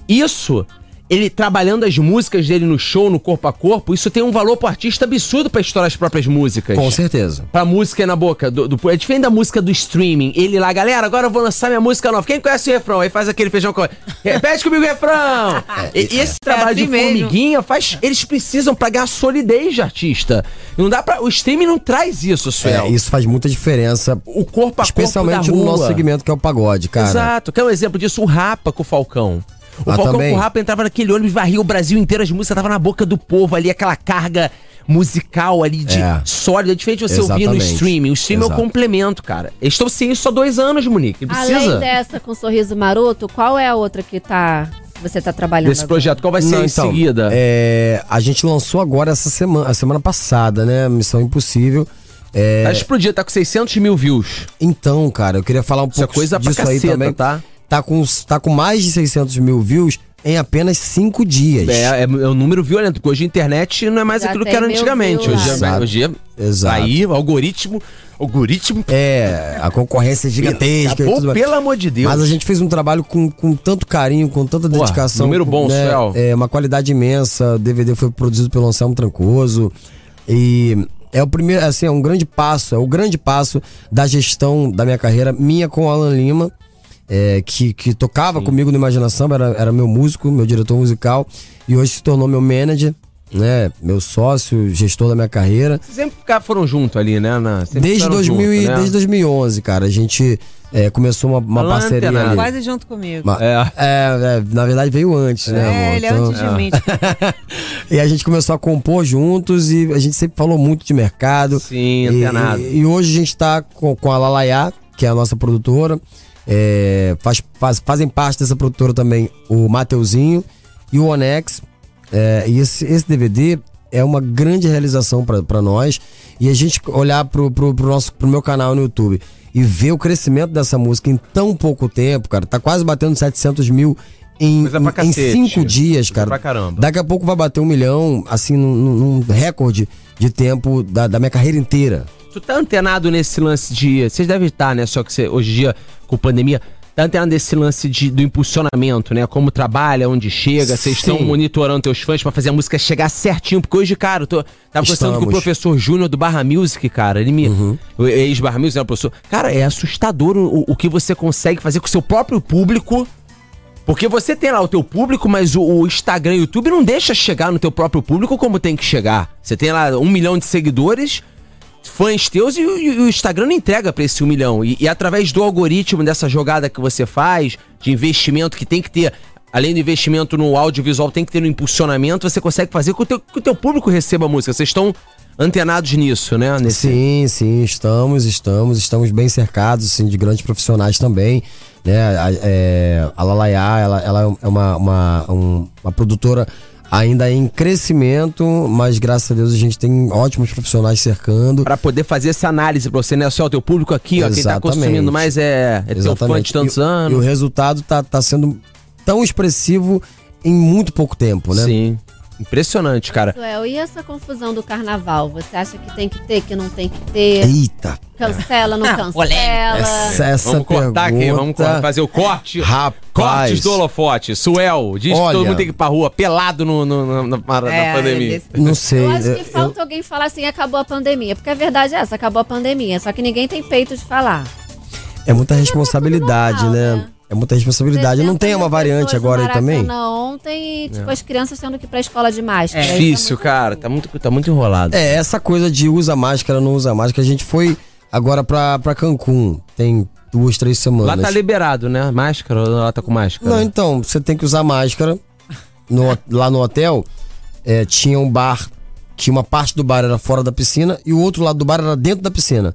Isso, ele trabalhando as músicas dele no show, no corpo a corpo, isso tem um valor pro artista absurdo pra estourar as próprias músicas.
Com certeza.
Pra música na boca. Do, do- é diferente da música do streaming. Ele lá, galera, agora eu vou lançar minha música nova. Quem conhece o refrão? Aí faz aquele feijão com. Repete comigo o refrão! E, e esse trabalho
assim
de
mesmo.
formiguinha faz. Eles precisam pra ganhar solidez de artista. Não dá pra. O streaming não traz isso, Suel.
É, isso faz muita diferença.
O corpo a
Especialmente
corpo da
no
rua.
nosso segmento que é o pagode, cara.
Exato. Quer um exemplo disso? O Rapa com o Falcão. O
Ah,
Falcão
também.
com o Rapa entrava naquele ônibus, varria o Brasil inteiro, as músicas tava na boca do povo ali, aquela carga musical ali de
É.
sólida, é diferente de você ouvir no
Exatamente.
streaming. O streaming é o
Exato.
complemento, cara. Eles estão sem isso há dois anos, Monique. Ele
Além
Precisa
dessa com sorriso maroto, qual é a outra que tá que você tá trabalhando?
desse
agora?
projeto. Qual vai ser
Não,
em
então,
seguida?
é, a gente lançou agora essa semana, a semana passada, né? Missão Impossível. É,
Tá explodido, tá com 600 mil views.
Então, cara, eu queria falar um
Isso é
pouco
coisa pra
disso aí
caceta,
também.
tá?
Tá com, tá com mais de 600 mil views em apenas 5 dias.
É, é, é um número violento, porque hoje a internet não é mais
Já
aquilo que
tem
era
mil
antigamente.
views
Hoje,
lá.
é- hoje é-
Exato.
aí, o algoritmo. Algoritmo.
É, a concorrência é gigantesca e
Acabou,
tudo mais.
pelo amor de Deus.
Mas a gente fez um trabalho com, com tanto carinho, com tanta
Pô,
dedicação.
número
com,
bom,
né,
Suel.
É, uma qualidade imensa. O DVD foi produzido pelo Anselmo Trancoso. E é o primeiro, assim, é um grande passo, é o grande passo da gestão da minha carreira, minha com o Alan Lima, é, que, que tocava comigo no Imaginação, era, era meu músico, meu diretor musical, e hoje se tornou meu manager, né? Meu sócio, gestor da minha carreira.
Sempre ficar- foram juntos ali, né? Na, sempre
Desde,
ficaram
2000 e-
junto, né?
desde 2011, cara, a gente é, começou uma, uma
Alan
parceria
Antenado.
ali.
Quase junto comigo.
Ma-
É.
é. é, na verdade veio antes, né, amor?
é, ele é
Então-
antes de mim.
Tá
e a gente começou a compor juntos e a gente sempre falou muito de mercado.
Sim,
E-
antenado.
E, e hoje a gente tá com, com a Lalaiá, que é a nossa produtora. É, faz, faz- fazem parte dessa produtora também o Mateuzinho e o Onex. É, e esse, esse DVD é uma grande realização para nós. E a gente olhar pro, pro, pro nosso, pro meu canal no YouTube e ver o crescimento dessa música em tão pouco tempo, cara. Tá quase batendo 700 mil em,
Coisa pra
em, em
cacete.
cinco dias,
Coisa
cara.
pra caramba.
Daqui a pouco vai bater um milhão, assim, num, num- num recorde de tempo da, da minha carreira inteira.
Tu tá antenado nesse lance de. Vocês devem estar, né? Só que você, hoje em dia, com pandemia, tá antenado nesse lance de, do impulsionamento, né? Como trabalha, onde chega. Vocês
Sim.
estão monitorando teus fãs pra fazer a música chegar certinho. Porque hoje, cara, eu tô, tava conversando com o
Estamos. Uhum.
professor Júnior do Barra Music, cara. Ele me. o Ex-Barra Music, né, o professor? Cara, é assustador o, o que você consegue fazer com o seu próprio público. Porque você tem lá o teu público, mas o, o Instagram e o YouTube não deixa chegar no teu próprio público como tem que chegar. Você tem lá um milhão de seguidores, fãs teus, e, o- e o Instagram não entrega pra esse um milhão. E, e através do algoritmo dessa jogada que você faz, de investimento que tem que ter, além do investimento no audiovisual, tem que ter no impulsionamento, você consegue fazer com que o teu, que o teu público receba a música. Vocês estão antenados nisso, né? Nesse...
Sim, sim, estamos, estamos, estamos bem cercados, assim, de grandes profissionais também, né, a, é, a Lalaiá, ela, ela é uma, uma, um- uma produtora ainda em crescimento, mas graças a Deus a gente tem ótimos profissionais cercando.
Pra poder fazer essa análise pra você, né? Só o teu público aqui, ó, quem tá
Exatamente.
consumindo mais é, é teu fã de tantos
E o-
anos.
E o resultado tá, tá sendo tão expressivo em muito pouco tempo, né?
Sim. Impressionante, cara.
Suel, e essa confusão do carnaval? Você acha que tem que ter, que não tem que ter?
Eita!
Cancela, não cancela?
Essa, essa
vamos cortar
pergunta...
aqui, vamos cor- fazer o corte.
Rapaz.
Cortes do holofote. Suel, diz que
Olha.
todo mundo tem que ir pra rua pelado no, no- no- na, na- na
É,
pandemia.
desse-
Não sei.
Eu acho que
eu-
falta alguém falar assim, acabou a pandemia. Porque a verdade é essa, acabou a pandemia. Só que ninguém tem peito de falar.
é muita responsabilidade,
normal,
né?
né?
É muita responsabilidade. Não tem
60
uma
mil
variante
pessoas no
agora aí também? É.
Maracanã Ontem, tipo, as crianças tendo que ir pra escola de máscara. Isso é
Difícil,
muito
cara. Tá muito, tá muito enrolado.
É, essa coisa de usa máscara, não usa máscara. A gente foi agora pra, pra Cancún. Tem duas, três
Lá
semanas.
tá liberado, né? Máscara, ou lá tá com máscara.
Não, então, você tem que usar máscara. No- lá no hotel, é, tinha um bar que uma parte do bar era fora da piscina e o outro lado do bar era dentro da piscina.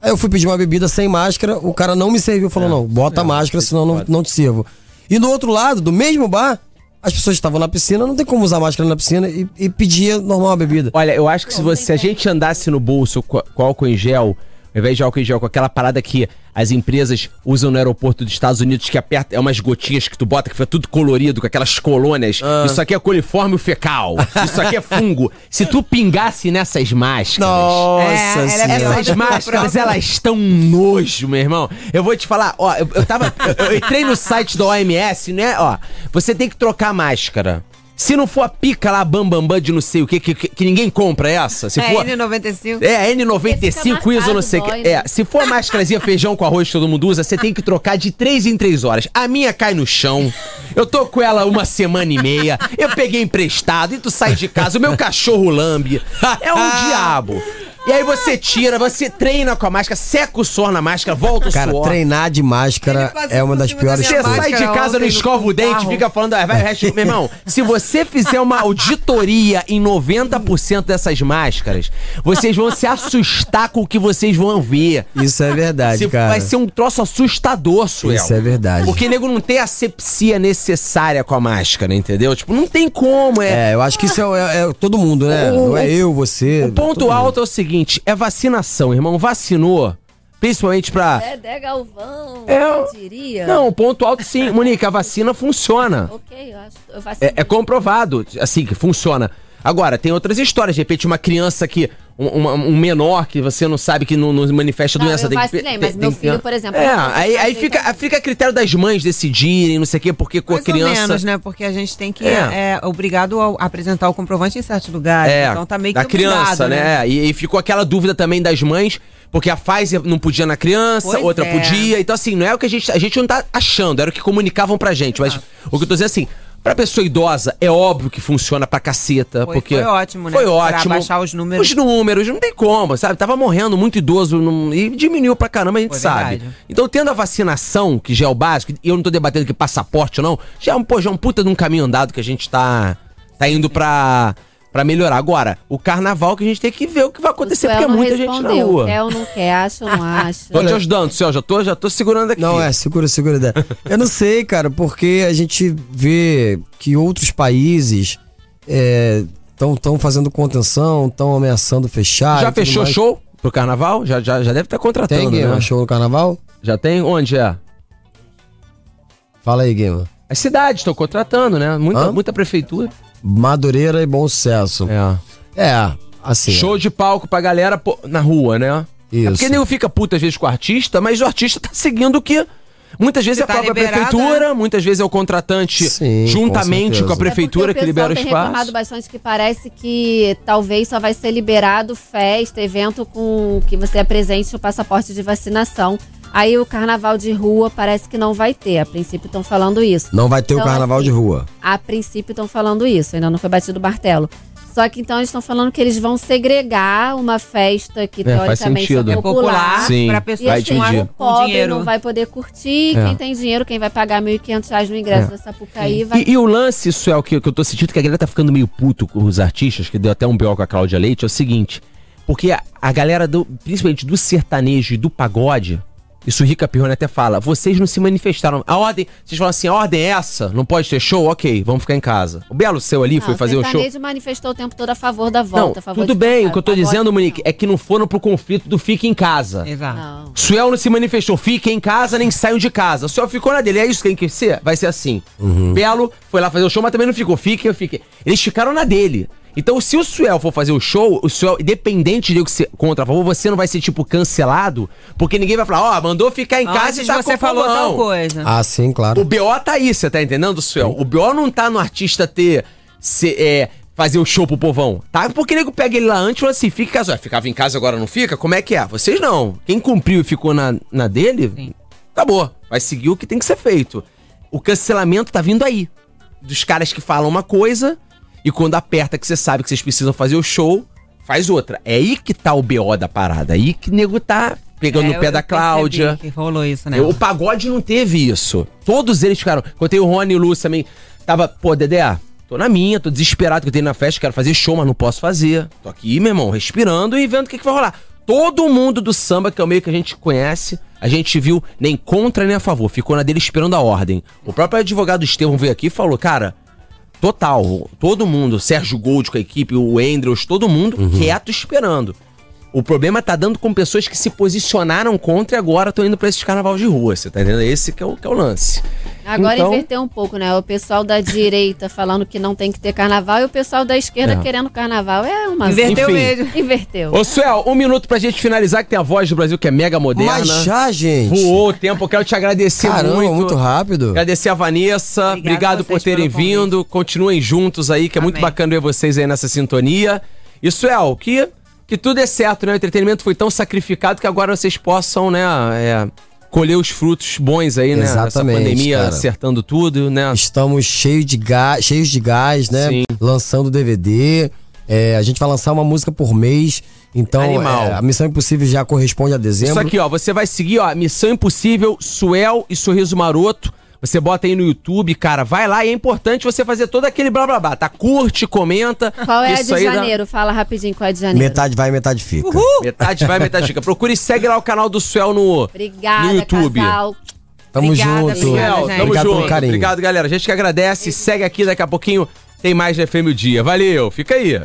Aí eu fui pedir uma bebida sem máscara, o
É.
cara não me serviu, falou: não, bota a máscara, senão eu não, não te sirvo. E no outro lado, do mesmo bar, as pessoas estavam na piscina, não tem como usar máscara na piscina e, e pedia normal a bebida.
Olha, eu acho que se, você, se a gente andasse no bolso co- com álcool em gel, ao invés de álcool em gel, com aquela parada que as empresas usam no aeroporto dos Estados Unidos, que aperta, é umas gotinhas que tu bota, que fica tudo colorido, com aquelas colônias. Isso aqui é coliforme fecal. Isso aqui é fungo. se tu pingasse nessas máscaras.
Nossa
É, ela é
senhora.
Essas máscaras, elas estão um nojo, meu irmão. Eu vou te falar, ó, eu, eu tava. Eu, eu entrei no site da OMS, né? Ó, você tem que trocar a máscara. Se não for a pica lá, bam, bam, bam de não sei o quê, que, que, que ninguém compra essa. Se
É,
for.
N95.
É, a
Fica
N95,
marcado,
ISO, não sei o
dói,
que.
né?
É, se for a máscarazinha feijão com arroz que todo mundo usa, você tem que trocar de 3 em 3 horas. A minha cai no chão. Eu tô com ela uma semana e meia. Eu peguei emprestado e tu sai de casa. O meu cachorro lambe. É um diabo. E aí você tira, você treina com a máscara, seca o suor na máscara, volta o
Cara,
suor.
treinar de máscara
Ele passou
é uma
por
das
cima
piores
da
Você
minha
coisas.
sai de
máscara
casa, não
ontem no
escova o dente,
carro.
fica falando, ah, vai, o resto. Meu irmão, se você fizer uma auditoria em 90% dessas máscaras, vocês vão se assustar com o que vocês vão ver.
Isso é verdade,
Se-
cara.
vai ser um troço assustador, Suel.
Isso é verdade.
Porque nego não tem a asepsia necessária com a máscara, entendeu? Tipo, não tem como, é.
É, eu acho que isso é, é- é todo mundo, né?
O-
Não é eu, você.
O ponto alto é o seguinte: é vacinação, irmão. Vacinou, principalmente pra.
Dedé É, Galvão,
Eu-
eu diria.
É. Não, o ponto alto sim, Monique, a vacina funciona.
Ok, eu acho. Eu vacinei.
É, é comprovado, assim, que funciona. Agora, tem outras histórias. De repente, uma criança que. Um, uma- um menor que você não sabe que não, não manifesta
Não,
doença.
eu
tem que-
vacinei,
tem-
mas
tem
meu
que-
filho, por exemplo,
É,
ele não
aí, aí
faz
fica,
direito.
fica a critério das mães decidirem, não sei o quê, porque com a
Mais
criança.
ou menos, né? Porque a gente tem que.
É.
É, obrigado a apresentar o comprovante em certos lugares.
É,
então tá meio que
da criança,
obrigado,
né? E, e ficou aquela dúvida também das mães, porque a Pfizer não podia na criança,
Pois
outra
é.
podia. Então, assim, não é o que a gente. A gente não tá achando, era o que comunicavam pra gente. Mas o que eu tô dizendo assim. Pra pessoa idosa, é óbvio que funciona pra caceta.
Foi-
porque
foi ótimo, né?
Foi
Pra
ótimo.
abaixar os números.
Os números, não tem como, sabe? Tava morrendo muito idoso não- e diminuiu pra caramba, a
é
gente
Foi
sabe.
verdade.
Então, tendo a vacinação, que já é o básico, e eu não tô debatendo que passaporte ou não, já é um, pô, já é um puta de um caminho andado que a gente tá, tá indo pra, pra melhorar. Agora, o carnaval que a gente tem que ver o que vai acontecer,
Suel
porque é
não
muita gente na
respondeu. É
rua.
Quer ou não quer, acho ou não acho.
Tô te ajudando, Céu, já tô, já tô segurando aqui.
Não, é, segura, segura. Dé. Eu não sei, cara, porque a gente vê que outros países estão tão fazendo contenção, estão ameaçando fechar.
Já
e tudo
fechou
mais.
show pro carnaval? Já, já, já deve estar contratando,
Tem,
né?
Guima, show no carnaval?
Já tem? Onde é?
Fala aí, Guima.
As cidades estão contratando, né? Muita,
Hã?
muita prefeitura.
Madureira e bom sucesso.
É.
É, assim.
Show de palco pra galera pô, na rua, né?
Isso.
É porque nego fica puta às vezes com o artista, mas o artista tá seguindo o que. Muitas vezes
Se
é a
tá
própria
liberado,
prefeitura, muitas vezes é o contratante
Sim, com
juntamente com,
certeza.
a prefeitura
né? É porque
que libera o
pessoal tem reclamado
espaço.
bastante que parece que talvez só vai ser liberado festa, evento com que você apresente o passaporte de vacinação. Aí o carnaval de rua parece que não vai ter. A princípio estão falando isso.
Não vai ter o
Então,
carnaval
assim,
de rua.
A princípio estão falando isso, ainda não foi batido o martelo. Só que então eles estão falando que eles vão segregar uma festa que
faz
teoricamente
sentido.
é
Né? É
popular.
popular
Sim,
pra
E
pessoa
vai
assim,
com,
dividir.
a-
o
com
pobre
dinheiro.
não vai poder curtir.
É.
Quem tem dinheiro, quem vai pagar R$ 1.500 reais no ingresso
É.
da Sapucaí, vai
E, e o lance, isso é o que, que eu tô sentindo, que a galera tá ficando meio puto com os artistas, que deu até um B.O. com a Cláudia Leite, é o seguinte. Porque a, a galera, do, principalmente do sertanejo e do pagode, isso o Rica Pirrone até fala, vocês não se manifestaram. A ordem, vocês falam assim, a ordem é essa, não pode ter show? Ok, vamos ficar em casa. O Belo Seu ali
Não,
foi fazer
o
o show.
sertanejo manifestou o tempo todo a favor da volta. a
não,
favor
tudo
de
bem,
voltar.
o que eu tô
Agora,
dizendo,
não.
Monique, é que não foram pro conflito do fique em casa.
Exato.
Não.
Suel não se manifestou, fique em casa, nem saiam de casa. Suel ficou na dele, é isso que tem que ser? Vai ser assim. Belo foi lá fazer o show, mas também não ficou, fique, eu fiquei. Eles ficaram na dele. Então, se o Suel for fazer o show, o Suel, independente de eu que ser contra a favor, você não vai ser, tipo, cancelado, porque ninguém vai falar, ó, mandou ficar em casa
Antes
e tá
Ah, você
com
falou
fulano.
tal
né?
coisa.
Ah, sim,
O
claro.
BO tá aí, você tá entendendo, Suel? O BO não tá no artista ter. se- é, fazer o show pro povão. Tá? Porque o nego pega ele lá antes e fala assim: fica em casa. Ué, Ficava em casa, agora não fica? Como é que é? Vocês não. Quem cumpriu e ficou na, na dele, acabou. Vai seguir o que tem que ser feito. O cancelamento tá vindo aí. Dos caras que falam uma coisa e quando aperta que você sabe que vocês precisam fazer o show, faz outra. É aí que tá o BO da parada. Aí que nego tá pegando
É,
o pé
eu-
da
eu percebi
Cláudia.
que rolou isso, né?
Eu- o pagode não teve isso. Todos eles ficaram. Contei o Rony e o Lúcio também. Tava, pô, Dedé, tô na minha, tô desesperado que eu tenho na festa, quero fazer show, mas não posso fazer. Tô aqui, meu irmão, respirando e vendo o que, que vai rolar. Todo mundo do samba, que é o meio que a gente conhece, a gente viu nem contra nem a favor. Ficou na dele esperando a ordem. O próprio advogado Estevão veio aqui e falou, cara, Total. Todo mundo, Sérgio Gold com a equipe, o Andrews, todo mundo
Uhum.
quieto esperando. O problema tá dando com pessoas que se posicionaram contra e agora estão indo pra esses carnaval de rua, você tá entendendo? Esse que é o, que é o lance.
Agora
Então-
inverteu um pouco, né? O pessoal da direita falando que não tem que ter carnaval e o pessoal da esquerda
É.
querendo carnaval. É uma
Inverteu
Enfim.
mesmo.
Inverteu.
Ô, Suel, um minuto pra gente finalizar, que tem a voz do Brasil que é mega moderna.
Mas já, gente.
Voou o tempo, eu quero te agradecer
Caramba, muito,
muito.
rápido.
Agradecer a Vanessa,
Obrigada
obrigado
a
por
vocês
terem
pelo convite.
vindo. Continuem juntos aí, que é muito
Amém.
bacana ver vocês aí nessa sintonia. E Suel, que, que tudo é certo, né? O entretenimento foi tão sacrificado que agora vocês possam, né, é, colher os frutos bons aí, né? Essa
Exatamente,
pandemia
cara.
acertando tudo, né?
Estamos cheios de gás, cheios de gás, né?
Sim.
Lançando DVD. É, a gente vai lançar uma música por mês. Então,
Animal.
é, a Missão Impossível já corresponde a dezembro.
Isso aqui, ó, você vai seguir, ó, Missão Impossível, Suel e Sorriso Maroto. Você bota aí no YouTube, cara, vai lá e é importante você fazer todo aquele blá blá blá, tá? Curte, comenta.
Qual é a
Isso
de
aí dá-
janeiro? Fala rapidinho qual é a de janeiro.
Metade vai, metade fica.
Metade vai, metade fica. Procure e segue lá o canal do Suel no,
Obrigada,
no YouTube.
casal.
Tamo
Obrigada,
junto.
obrigada,
Suel,
gente.
tamo
obrigado
junto.
pelo carinho.
Obrigado, galera. A gente que agradece. Segue aqui, daqui a pouquinho tem mais do FM o Dia. Valeu, fica aí.